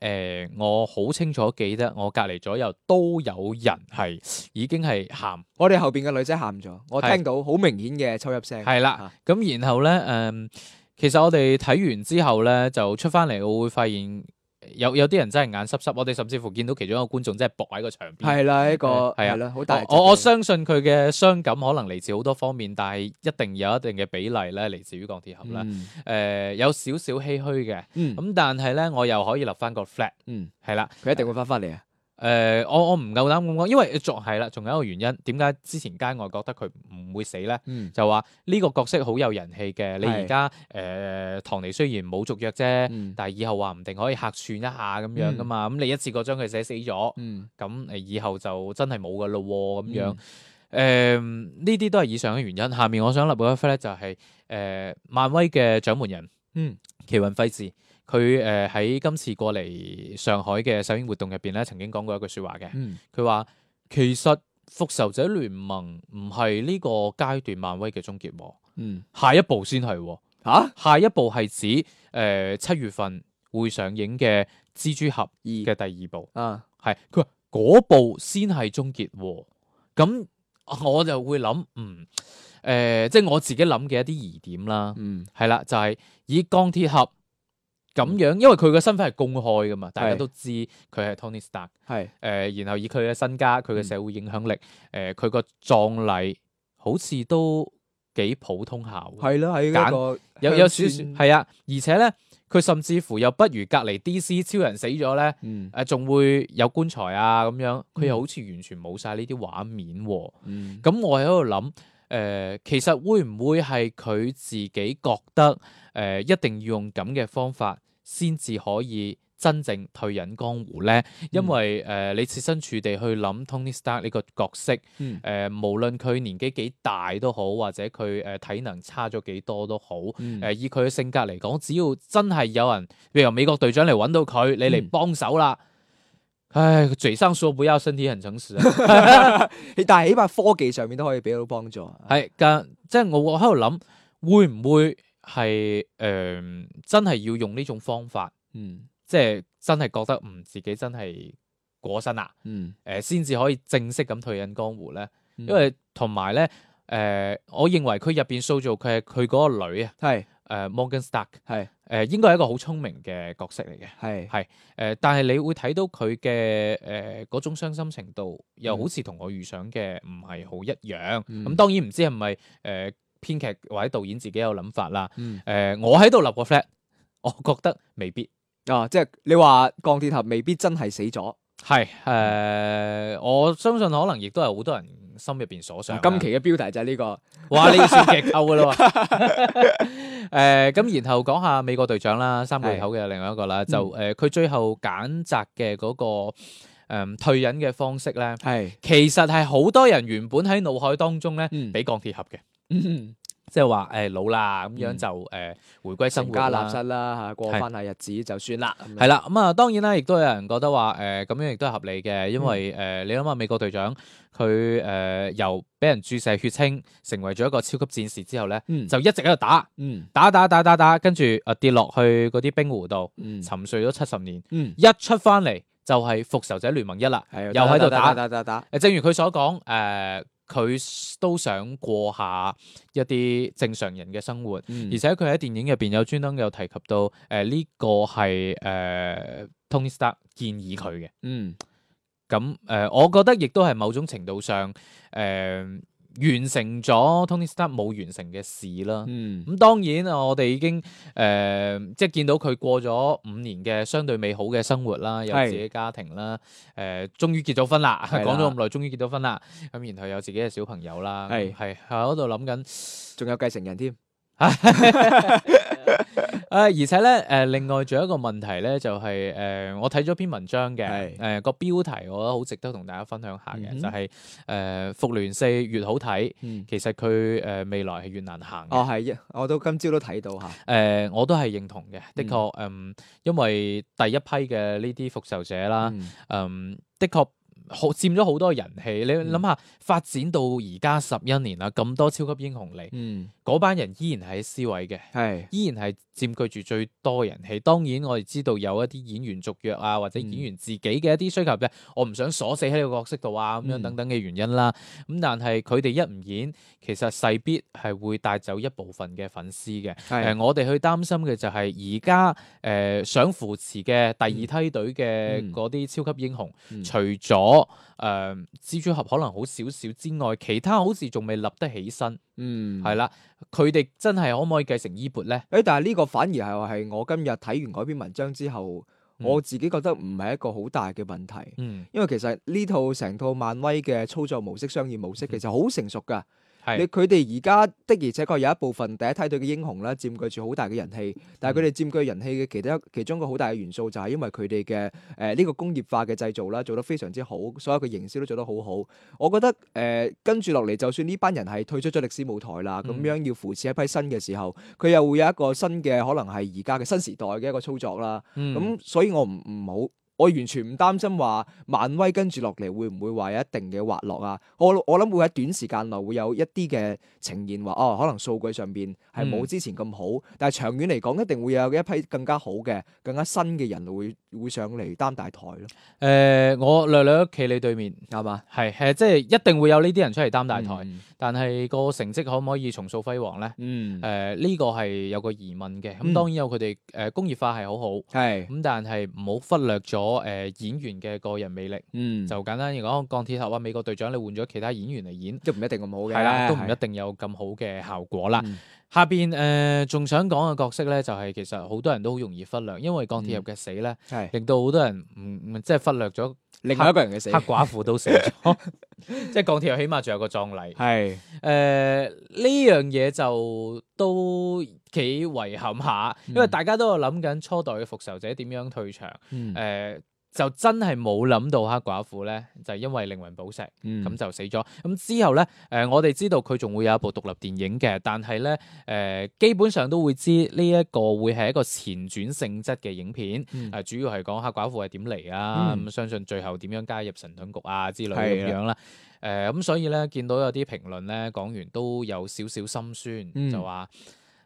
Speaker 3: 我好清楚記得，我隔離左右都有人係已經係喊，
Speaker 4: 我哋後邊嘅女仔喊咗，我
Speaker 3: 係
Speaker 4: 聽到好明顯嘅抽泣聲。
Speaker 3: 係啦
Speaker 4: 啊。
Speaker 3: 咁然後咧，誒、其實我哋睇完之後咧，就出翻嚟，我會發現有有啲人真係眼濕濕，我哋甚至乎見到其中一個觀眾真係搏喺個牆邊。
Speaker 4: 係啦，呢個
Speaker 3: 誒係啊
Speaker 4: 嗯係啦，好大。
Speaker 3: 我我我相信佢嘅傷感可能嚟自好多方面，但係一定有一定嘅比例咧嚟自於鋼鐵俠啦。誒、
Speaker 4: 嗯
Speaker 3: 有少少唏噓嘅，
Speaker 4: 嗯
Speaker 3: 咁但係咧我又可以立翻個 flat，
Speaker 4: 嗯，
Speaker 3: 係啦。
Speaker 4: 佢一定會翻翻嚟啊。
Speaker 3: 誒、我我唔夠膽咁講，因為仲係啦，仲有一個原因，點解之前街外覺得佢唔會死咧？
Speaker 4: 嗯
Speaker 3: 就話呢個角色好有人氣嘅，你
Speaker 4: 係
Speaker 3: 而家誒唐尼雖然冇續約啫，
Speaker 4: 嗯
Speaker 3: 但係以後話唔定可以客串一下咁樣噶嘛，咁、你一次過將佢寫死咗，
Speaker 4: 嗯
Speaker 3: 咁誒以後就真係冇噶咯喎咁樣
Speaker 4: 嗯。
Speaker 3: 誒呢啲都係以上嘅原因。下面我想立個 f 咧就係、誒漫威嘅掌門人，
Speaker 4: 嗯，
Speaker 3: 奇雲費治，佢誒喺今次過嚟上海嘅首映活動入邊咧，曾經講過一句説話嘅，
Speaker 4: 嗯
Speaker 3: 佢話其實復仇者聯盟唔係呢個階段漫威嘅終結喎，
Speaker 4: 嗯，
Speaker 3: 下一步先係喎，
Speaker 4: 吓二
Speaker 3: 下一步係指誒七、月份會上映嘅蜘蛛俠嘅第二部。
Speaker 4: 啊，
Speaker 3: 係佢話嗰部先係終結喎。咁 我就會諗，嗯，诶、即係我自己諗嘅一啲疑點啦，
Speaker 4: 嗯
Speaker 3: 係啦，就係以鋼鐵俠咁樣，因為佢嘅身份係公開噶嘛，大家
Speaker 4: 係
Speaker 3: 都知佢係 Tony Stark，
Speaker 4: 係
Speaker 3: 诶、呃然後以呃佢嘅身家、佢嘅社會影響力，诶、佢個葬禮好似都幾普通下喎。
Speaker 4: 係啦，喺一個
Speaker 3: 有
Speaker 4: 鄉
Speaker 3: 有少少
Speaker 4: 村
Speaker 3: 係啊，而且咧，佢甚至乎又不如隔離 DC 超人死咗咧，
Speaker 4: 嗯
Speaker 3: 誒仲會有棺材啊咁樣，佢又好似完全冇晒呢啲畫面喎、
Speaker 4: 嗯
Speaker 3: 咁我喺度諗，誒、其實會唔會係佢自己覺得誒、一定要用咁嘅方法先至可以真正退隱江湖咧？因
Speaker 4: 嗯
Speaker 3: 為誒、你設身處地去諗 Tony Stark 呢個角色，誒、
Speaker 4: 嗯
Speaker 3: 無論佢年紀幾大都好，或者佢誒、體能差咗幾多都好。
Speaker 4: 嗯
Speaker 3: 誒、以佢嘅性格嚟講，只要真係有人，譬如美國隊長嚟揾到佢，你嚟
Speaker 4: 嗯
Speaker 3: 幫手啦。唉，嘴上說不要，身體很誠實啊。
Speaker 4: 但係起碼科技上面都可以俾到幫助。啊
Speaker 3: 系，但即係我我喺度諗，會唔會係诶、誒真係要用呢種方法，
Speaker 4: 嗯
Speaker 3: 即係真係覺得唔自己真係過身啦，
Speaker 4: 嗯，
Speaker 3: 诶、先至可以正式咁退隱江湖咧？
Speaker 4: 因
Speaker 3: 因為同埋咧，诶、我認為佢入边塑造佢係佢嗰個女啊，
Speaker 4: 係
Speaker 3: 诶、Morgan Stark，
Speaker 4: 係
Speaker 3: 诶、應該係一個好聰明嘅角色嚟嘅。
Speaker 4: 係
Speaker 3: 诶、呃但係你會睇到佢嘅诶嗰種傷心程度，又好似同我預想嘅唔係好一樣。咁、
Speaker 4: 嗯
Speaker 3: 當然唔知係咪诶編劇或者導演自己有諗法啦。
Speaker 4: 嗯
Speaker 3: 诶、我喺度立個 flat，我 覺得未必
Speaker 4: 啊，即係你話鋼鐵俠未必真係嗯死咗。
Speaker 3: 係诶、誒我相信可能亦都係好多人心入边所想啦。
Speaker 4: 啊今期嘅標題就係呢個。
Speaker 3: 哇，呢個算劇透噶啦喎！ 誒咁，然後講下美國隊長啦，三巨頭嘅另外一個啦，就
Speaker 4: 嗯
Speaker 3: 誒佢最後揀擇嘅嗰個誒退隱嘅方式咧，
Speaker 4: 係
Speaker 3: 其實係好多人原本喺腦海當中咧
Speaker 4: 嗯
Speaker 3: 俾鋼鐵俠嘅，
Speaker 4: 嗯
Speaker 3: 即係話誒老啦咁樣
Speaker 4: 嗯
Speaker 3: 就誒回歸生
Speaker 4: 成
Speaker 3: 活
Speaker 4: 家立
Speaker 3: 啦。
Speaker 4: 室啦嚇，過
Speaker 3: 係
Speaker 4: 翻下日子就算啦。
Speaker 3: 係啦，咁啊，當然啦，亦都有人覺得話誒咁樣亦都係合理嘅，因為誒、
Speaker 4: 嗯
Speaker 3: 呃你諗下美國隊長佢誒、呃由俾人注射血清成為咗一個超級戰士之後咧，
Speaker 4: 嗯
Speaker 3: 就一直喺度打。
Speaker 4: 嗯
Speaker 3: 打打打打打，跟住啊跌落去嗰啲冰湖度，
Speaker 4: 嗯
Speaker 3: 沉睡咗七十年，
Speaker 4: 嗯，
Speaker 3: 一出翻嚟就係復仇者聯盟一啦。
Speaker 4: 係啊
Speaker 3: 又喺度打
Speaker 4: 打打打。
Speaker 3: 誒，正如佢所講，誒、佢都想過下一啲正常人嘅生活，而
Speaker 4: 而
Speaker 3: 且佢喺電影入邊有專登有提及到，誒、呢、個係誒、Tony Stark 建議佢嘅。
Speaker 4: 嗯
Speaker 3: 咁誒、我覺得亦都係某種程度上誒、完成咗 Tony Stark 冇完成嘅事啦。
Speaker 4: 嗯
Speaker 3: 咁當然啊，我哋已經誒、呃即係見到佢過咗五年嘅相對美好嘅生活啦，有
Speaker 4: 係
Speaker 3: 自己家庭啦，誒、終於結咗婚啦，
Speaker 4: 係啦
Speaker 3: 講咗咁耐，終於結咗婚啦，咁然後有自己嘅小朋友啦，
Speaker 4: 係
Speaker 3: 係喺度諗緊，
Speaker 4: 仲有繼承人添。
Speaker 3: 誒、啊而且咧，誒、另外仲有一個問題咧，就係、呃我睇咗篇文章嘅，誒
Speaker 4: 係、
Speaker 3: 個標題我覺得好值得同大家分享下嘅，
Speaker 4: 嗯哼
Speaker 3: 就係、誒《復聯四》越好睇，
Speaker 4: 嗯，
Speaker 3: 其實佢誒、呃未來係越難行嘅
Speaker 4: 哦係，我都今朝都睇到嚇。
Speaker 3: 誒、呃我都係認同嘅，的確，嗯，因為第一批嘅呢啲復仇者啦，
Speaker 4: 嗯
Speaker 3: 嗯，的確好佔咗好多人氣。你
Speaker 4: 嗯
Speaker 3: 諗下，發展到而家十一年啦，咁多超級英雄嚟，
Speaker 4: 嗯，
Speaker 3: 嗰班人依然係喺 C 位嘅。
Speaker 4: 係
Speaker 3: 依然係佔據住最多人氣。當然，我哋知道有一啲演員續約啊，或者
Speaker 4: 嗯
Speaker 3: 演員自己嘅一啲需求啫。我唔想鎖死喺呢個角色度啊，咁樣
Speaker 4: 嗯
Speaker 3: 等等嘅原因啦。咁但係佢哋一唔演，其實勢必係會帶走一部分嘅粉絲嘅。誒、
Speaker 4: 係
Speaker 3: 我哋去擔心嘅就係而家誒想扶持嘅第二梯隊嘅
Speaker 4: 嗯
Speaker 3: 嗰啲超級英雄，
Speaker 4: 嗯
Speaker 3: 除咗誒、呃蜘蛛俠可能好少少之外，其他好似仲未立得起身，
Speaker 4: 嗯
Speaker 3: 係啦、佢哋真係可唔可以繼承衣缽咧？
Speaker 4: 誒，但係呢個反而係係我今日睇完嗰篇文章之後，
Speaker 3: 嗯
Speaker 4: 我自己覺得唔係一個好大嘅問題。
Speaker 3: 嗯，
Speaker 4: 因為其實呢套成套漫威嘅操作模式、商業模式其實好成熟㗎。你
Speaker 3: 係
Speaker 4: 佢哋而家的而且確有一部分第一梯隊嘅英雄啦，佔據住好大嘅人氣。
Speaker 3: 嗯
Speaker 4: 但係佢哋佔據人氣嘅其他其中一個好大嘅元素就係因為佢哋嘅誒呢個工業化嘅製造啦，做得非常之好，所有嘅營銷都做得好好。我覺得誒、呃跟住落嚟，就算呢班人係退出咗歷史舞台啦，咁
Speaker 3: 嗯
Speaker 4: 樣要扶持一批新嘅時候，佢又會有一個新嘅可能係而家嘅新時代嘅一個操作啦。
Speaker 3: 嗯
Speaker 4: 咁、所以我唔唔好，我完全唔擔心話漫威跟住落嚟會唔會話有一定嘅滑落啊？我我諗會喺短時間內會有一啲嘅呈現話，哦，可能數據上邊係冇
Speaker 3: 嗯
Speaker 4: 之前咁好，但係長遠嚟講一定會有一批更加好嘅、更加新嘅人會會上嚟擔大台咯，
Speaker 3: 诶、我略略企你對面，
Speaker 4: 啱嘛？
Speaker 3: 係係即係一定會有呢啲人出嚟啊擔大台，
Speaker 4: 嗯
Speaker 3: 但係個成績可唔可以重塑輝煌咧？
Speaker 4: 嗯，
Speaker 3: 诶、呢、個係有個疑問嘅。咁
Speaker 4: 嗯
Speaker 3: 當然有佢哋诶工業化係好好，
Speaker 4: 係
Speaker 3: 咁但係唔好忽略咗誒、演員嘅個人魅力。
Speaker 4: 嗯，
Speaker 3: 就簡單嚟講，鋼鐵俠啊，美國隊長你換咗其他演員嚟演，
Speaker 4: 都唔一定咁好嘅，
Speaker 3: 係啦，都唔一
Speaker 4: 係
Speaker 3: 定有咁好嘅效果啦。
Speaker 4: 嗯
Speaker 3: 下邊誒仲想講嘅角色咧，就係、其實好多人都好容易忽略，因為鋼鐵
Speaker 4: 嗯
Speaker 3: 俠嘅死咧，
Speaker 4: 係
Speaker 3: 令到好多人唔唔即係忽略咗
Speaker 4: 另外一個人嘅死
Speaker 3: 黑，寡婦都死 咗， 即係鋼鐵俠起碼仲有個葬禮。
Speaker 4: 係
Speaker 3: 誒呢樣嘢就都幾遺憾下，因為
Speaker 4: 嗯
Speaker 3: 大家都有諗緊初代嘅復仇者點樣退場，誒、
Speaker 4: 嗯
Speaker 3: 呃就真係冇諗到黑寡婦咧，就因為靈魂寶石。
Speaker 4: 嗯
Speaker 3: 咁就死咗。咁之後咧，誒、呃我哋知道佢仲會有一部獨立電影嘅，但係咧，誒、基本上都會知呢一個會係一個前傳性質嘅影片。誒、啊
Speaker 4: 嗯
Speaker 3: 主要係講黑寡婦係點嚟啊，咁、
Speaker 4: 嗯
Speaker 3: 相信最後點樣加入神盾局啊之類
Speaker 4: 係
Speaker 3: 咁樣啦。誒咁、所以咧，見到有啲評論咧講完都有少少心酸，
Speaker 4: 嗯
Speaker 3: 就話，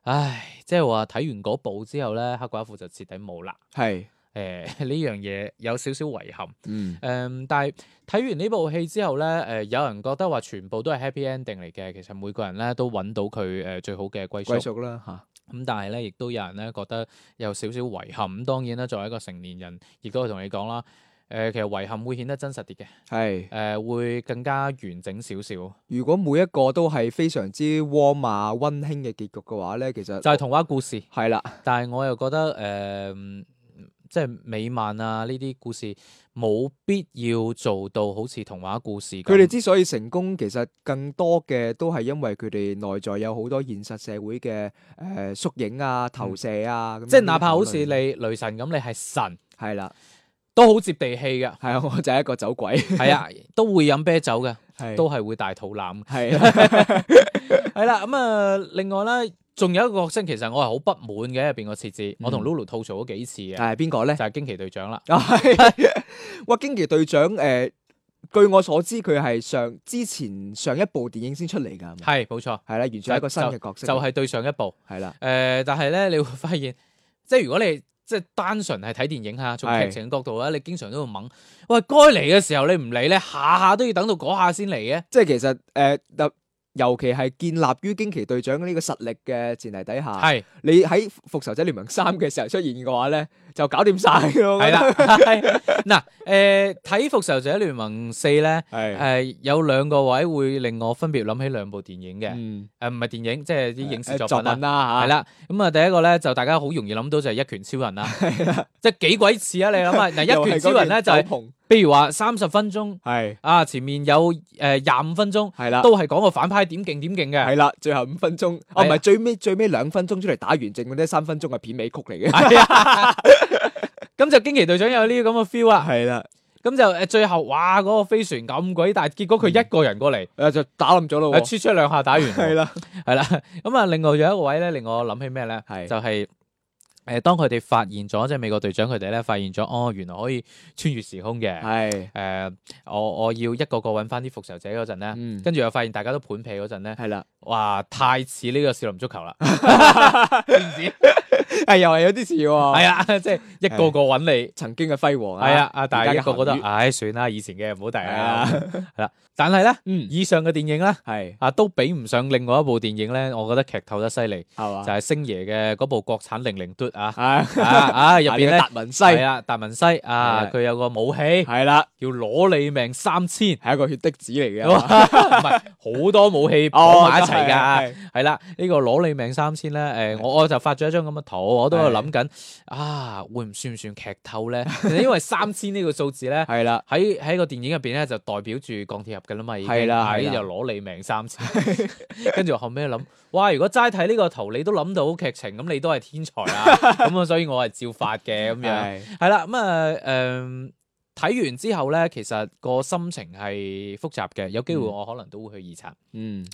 Speaker 3: 唉，即係話睇完嗰部之後咧，黑寡婦就徹底冇啦。
Speaker 4: 係
Speaker 3: 誒呃 呢樣嘢有少少遺憾。
Speaker 4: 嗯
Speaker 3: 誒、但係睇完呢部戲之後咧，誒、有人覺得話全部都係 happy ending 嚟嘅，其實每個人咧都揾到佢誒、最好嘅歸宿。
Speaker 4: 歸
Speaker 3: 咁、
Speaker 4: 屬啦嚇，
Speaker 3: 但係咧，亦都有人咧覺得有少少遺憾。咁當然啦，作為一個成年人，亦都係同你講啦。誒、其實遺憾會顯得真實啲嘅，誒、呃
Speaker 4: 係。
Speaker 3: 會更加完整少少，就
Speaker 4: 如果每一個都係非常之 warm 啊温馨嘅結局嘅話咧，其實
Speaker 3: 係、童話故事。
Speaker 4: 係啦，
Speaker 3: 但係我又覺得誒、嗯即係美漫啊呢啲故事冇必要做到好似童話故事咁。
Speaker 4: 佢哋之所以成功，其實更多嘅都係因為佢哋內在有好多現實社會嘅誒、呃縮影啊、投射啊，咁
Speaker 3: 嗯即係
Speaker 4: 樣
Speaker 3: 哪怕好似
Speaker 4: 討論
Speaker 3: 你雷神咁，你係神
Speaker 4: 係啦，
Speaker 3: 都好接地氣 嘅，
Speaker 4: 係啊，我就係一個走鬼，
Speaker 3: 係啊，都會飲啤酒嘅，
Speaker 4: 係
Speaker 3: 都係會大肚 腩。
Speaker 4: 係啦，
Speaker 3: 係啦，咁啊，另外咧，仲有一個角色，其實我係好不滿嘅入邊個設置，我同 Lulu 吐槽咗幾次嘅，
Speaker 4: 嗯係邊個咧
Speaker 3: 就？係驚奇隊長啦。
Speaker 4: 啊，係 哇！驚奇隊長誒、呃，據我所知，佢係上之前上一部電影先出嚟㗎，係咪
Speaker 3: 係冇錯，
Speaker 4: 係啦，完全係一個新嘅角色，
Speaker 3: 就係對上一部。
Speaker 4: 係啦，
Speaker 3: 誒、但係咧，你會 發現，即係如果你即係單純係睇電影嚇，從劇
Speaker 4: 係
Speaker 3: 情嘅角度咧，你經常都會掹，喂，該嚟嘅時候你唔嚟咧，下下都要等到嗰下先嚟嘅。
Speaker 4: 即係其實誒、呃特尤其係建立於驚奇隊長呢個實力嘅前提底下，
Speaker 3: 係。
Speaker 4: 你喺復仇者聯盟三嘅時候出現嘅話咧，就搞掂晒咯。
Speaker 3: 系啦， 係嗱，诶，睇《復仇者聯盟四》咧，
Speaker 4: 係，
Speaker 3: 诶，有兩個位會令我分別諗起兩部電影嘅，
Speaker 4: 嗯，
Speaker 3: 诶，唔係電影，即係啲影視
Speaker 4: 誒
Speaker 3: 作
Speaker 4: 作
Speaker 3: 品啦
Speaker 4: 品，啦
Speaker 3: 係
Speaker 4: 嚇，
Speaker 3: 啦，咁啊，第一個咧就大家好容易諗到就係一拳超 人啦，即係幾鬼似啊！你諗下，嗱，一拳超人咧就係，
Speaker 4: 係
Speaker 3: 譬如話三十分鐘
Speaker 4: 係
Speaker 3: 啊，前面有诶廿五分鐘
Speaker 4: 係啦。
Speaker 3: 都係講個反派點勁點勁嘅。
Speaker 4: 係啦，最後五分鐘，哦唔
Speaker 3: 係啊
Speaker 4: 係最尾最尾兩分鐘出嚟打完，剩嗰啲三分鐘係片尾曲 嚟嘅。
Speaker 3: 係啊，咁就驚奇隊長有呢啲咁嘅 feel 啦。
Speaker 4: 係啦，
Speaker 3: 咁就誒最後，哇！嗰、個飛船咁鬼大，結果佢一個人過嚟，
Speaker 4: 誒 就打冧咗咯
Speaker 3: 誒
Speaker 4: 喎。
Speaker 3: 出出兩下打完，
Speaker 4: 係啦，
Speaker 3: 係啦。咁啊，另外仲有一個位咧，令我諗起咩咧？
Speaker 4: 係
Speaker 3: 就係、誒，當佢哋發現咗，即係美國隊長佢哋咧發現咗，哦，原來可以穿越時空嘅。誒、
Speaker 4: 係，
Speaker 3: 我我要一個個揾翻啲復仇者嗰陣咧，
Speaker 4: 嗯，
Speaker 3: 跟住又發現大家都盤屁嗰陣咧，
Speaker 4: 係啦，
Speaker 3: 哇！太似呢個少林足球啦，
Speaker 4: 係又係有啲似喎。
Speaker 3: 係啊，即係一個個揾你。
Speaker 4: 曾經嘅輝煌
Speaker 3: 係啊，啊！但係
Speaker 4: 而家
Speaker 3: 一個
Speaker 4: 嘅
Speaker 3: 個都
Speaker 4: 鹹魚
Speaker 3: 唉，算啦，以前嘅唔好提
Speaker 4: 係
Speaker 3: 啦，
Speaker 4: 啊，
Speaker 3: 係啦。但係咧，
Speaker 4: 嗯，
Speaker 3: 以上嘅電影咧，
Speaker 4: 係
Speaker 3: 啊，都比唔上另外一部電影咧，我覺得劇透得犀利，
Speaker 4: 係
Speaker 3: 就
Speaker 4: 嘛，，
Speaker 3: 係星爺嘅嗰部國產零零嘟啊
Speaker 4: 啊
Speaker 3: 啊 啊入邊
Speaker 4: 呢個
Speaker 3: 咧
Speaker 4: 達文西
Speaker 3: 係啊達文西
Speaker 4: 係
Speaker 3: 啊，
Speaker 4: 啦
Speaker 3: 佢有個武器
Speaker 4: 係啦，
Speaker 3: 叫攞你命三千，
Speaker 4: 係一個血滴子嚟嘅
Speaker 3: 哇。 唔係好多武器綁埋一齊㗎，
Speaker 4: 啊哦係啊
Speaker 3: 係啦，呢個攞你命三千咧，誒我我就發咗一張咁嘅圖，我都有諗緊啊，會唔算唔算劇透咧？ 因為三千呢個數字咧。
Speaker 4: 係啦，
Speaker 3: 喺喺個電影入邊咧，就代表住鋼鐵俠嘅啦嘛，已經
Speaker 4: 係啦
Speaker 3: 喺
Speaker 4: 係啦
Speaker 3: 就攞你命三次， 跟住我後尾諗，哇！如果齋睇呢個圖，你都諗到劇情，咁你都係天才啦， 咁啊，所以我係照發嘅咁樣，
Speaker 4: 係
Speaker 3: 係啦，咁啊誒睇完之後咧，其實個心情係複雜嘅，有機會
Speaker 4: 嗯
Speaker 3: 我可能都會去二刷，誒、
Speaker 4: 嗯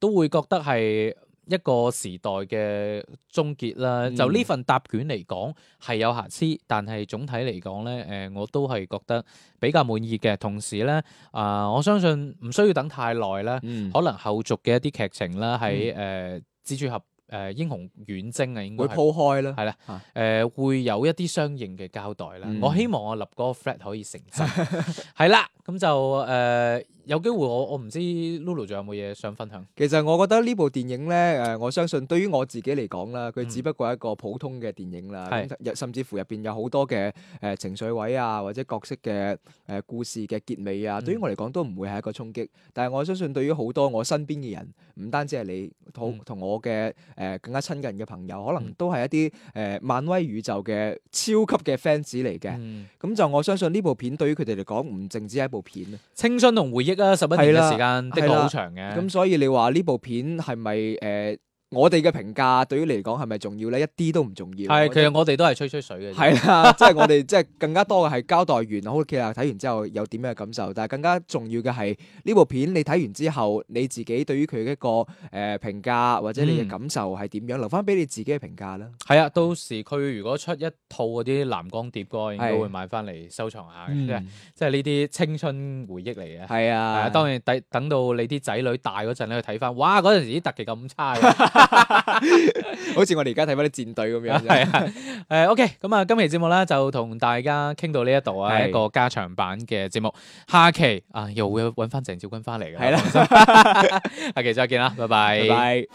Speaker 3: 都會覺得係。一個時代嘅終結啦，
Speaker 4: 嗯
Speaker 3: 就呢份答卷嚟講係有瑕疵，但係總體嚟講咧，誒、我都係覺得比較滿意嘅。同時咧，啊、我相信唔需要等太耐啦，
Speaker 4: 嗯，
Speaker 3: 可能後續嘅一啲劇情啦，喺誒、呃蜘蛛俠誒、呃英雄遠征啊，應該
Speaker 4: 會
Speaker 3: 係誒、
Speaker 4: 鋪開啦。
Speaker 3: 係啦呃、會有一啲相應嘅交代啦。
Speaker 4: 嗯
Speaker 3: 我希望我立嗰個 flat 可以成真，係啦，咁就誒、呃有機會我我唔知 Lulu 仲有冇嘢想分享？
Speaker 4: 其實我覺得呢部電影咧，誒，我相信對於我自己嚟講啦，佢只不過係一個普通嘅電影啦，
Speaker 3: 嗯係
Speaker 4: 咁入甚至乎入邊有好多嘅誒、呃情緒位啊，或者角色嘅誒、呃故事嘅結尾啊，
Speaker 3: 嗯
Speaker 4: 對於我嚟講都唔會係一個衝擊。但係我相信對於好多我身邊嘅人，唔單止係你，同
Speaker 3: 嗯
Speaker 4: 同我嘅誒、呃更加親近嘅朋友，可能
Speaker 3: 嗯
Speaker 4: 都係一啲誒、呃漫威宇宙嘅超級嘅 fans 嚟嘅。
Speaker 3: 嗯，
Speaker 4: 咁就我相信呢部片對於佢哋嚟講，唔淨止係一部片啊。
Speaker 3: 青春同回憶啊，十一年
Speaker 4: 係
Speaker 3: 嘅
Speaker 4: 啦
Speaker 3: 時間的
Speaker 4: 係
Speaker 3: 確
Speaker 4: 啦
Speaker 3: 好長嘅。
Speaker 4: 咁所以你話呢部片係咪誒我哋嘅評價對於你嚟講係咪重要咧？一啲都唔重要。
Speaker 3: 係，其實我哋都係吹吹水嘅。
Speaker 4: 係啦， 即係我哋即係更加多嘅係交代完，好其實睇完之後有點樣嘅感受，但係更加重要嘅係呢部片你睇完之後你自己對於佢一個誒、呃、評價或者你
Speaker 3: 嗯
Speaker 4: 嘅感受係點樣，留翻俾你自己嘅評價啦。
Speaker 3: 係啊，到時佢如果出一套嗰啲藍光碟歌，應該
Speaker 4: 係嗯
Speaker 3: 會買翻嚟收藏下嘅，即係即係呢啲青春回憶嚟嘅。
Speaker 4: 係
Speaker 3: 係
Speaker 4: 啊
Speaker 3: 啊，，當然等等到你啲仔女大嗰陣咧，去睇翻，哇！嗰陣時啲特技咁差嘅，
Speaker 4: 好似我哋而家睇翻啲戰隊咁樣 啫。
Speaker 3: 係啊。誒，OK，咁啊，今期節目咧就同大家傾到呢一度啊，
Speaker 4: 係
Speaker 3: 一個加長版嘅節目。下期啊，又會揾翻鄭少君翻嚟嘅。
Speaker 4: 係啦
Speaker 3: 啦， 下期再見啦，
Speaker 4: 拜拜。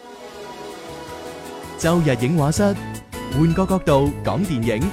Speaker 2: 周日影画室，換個角度講電影。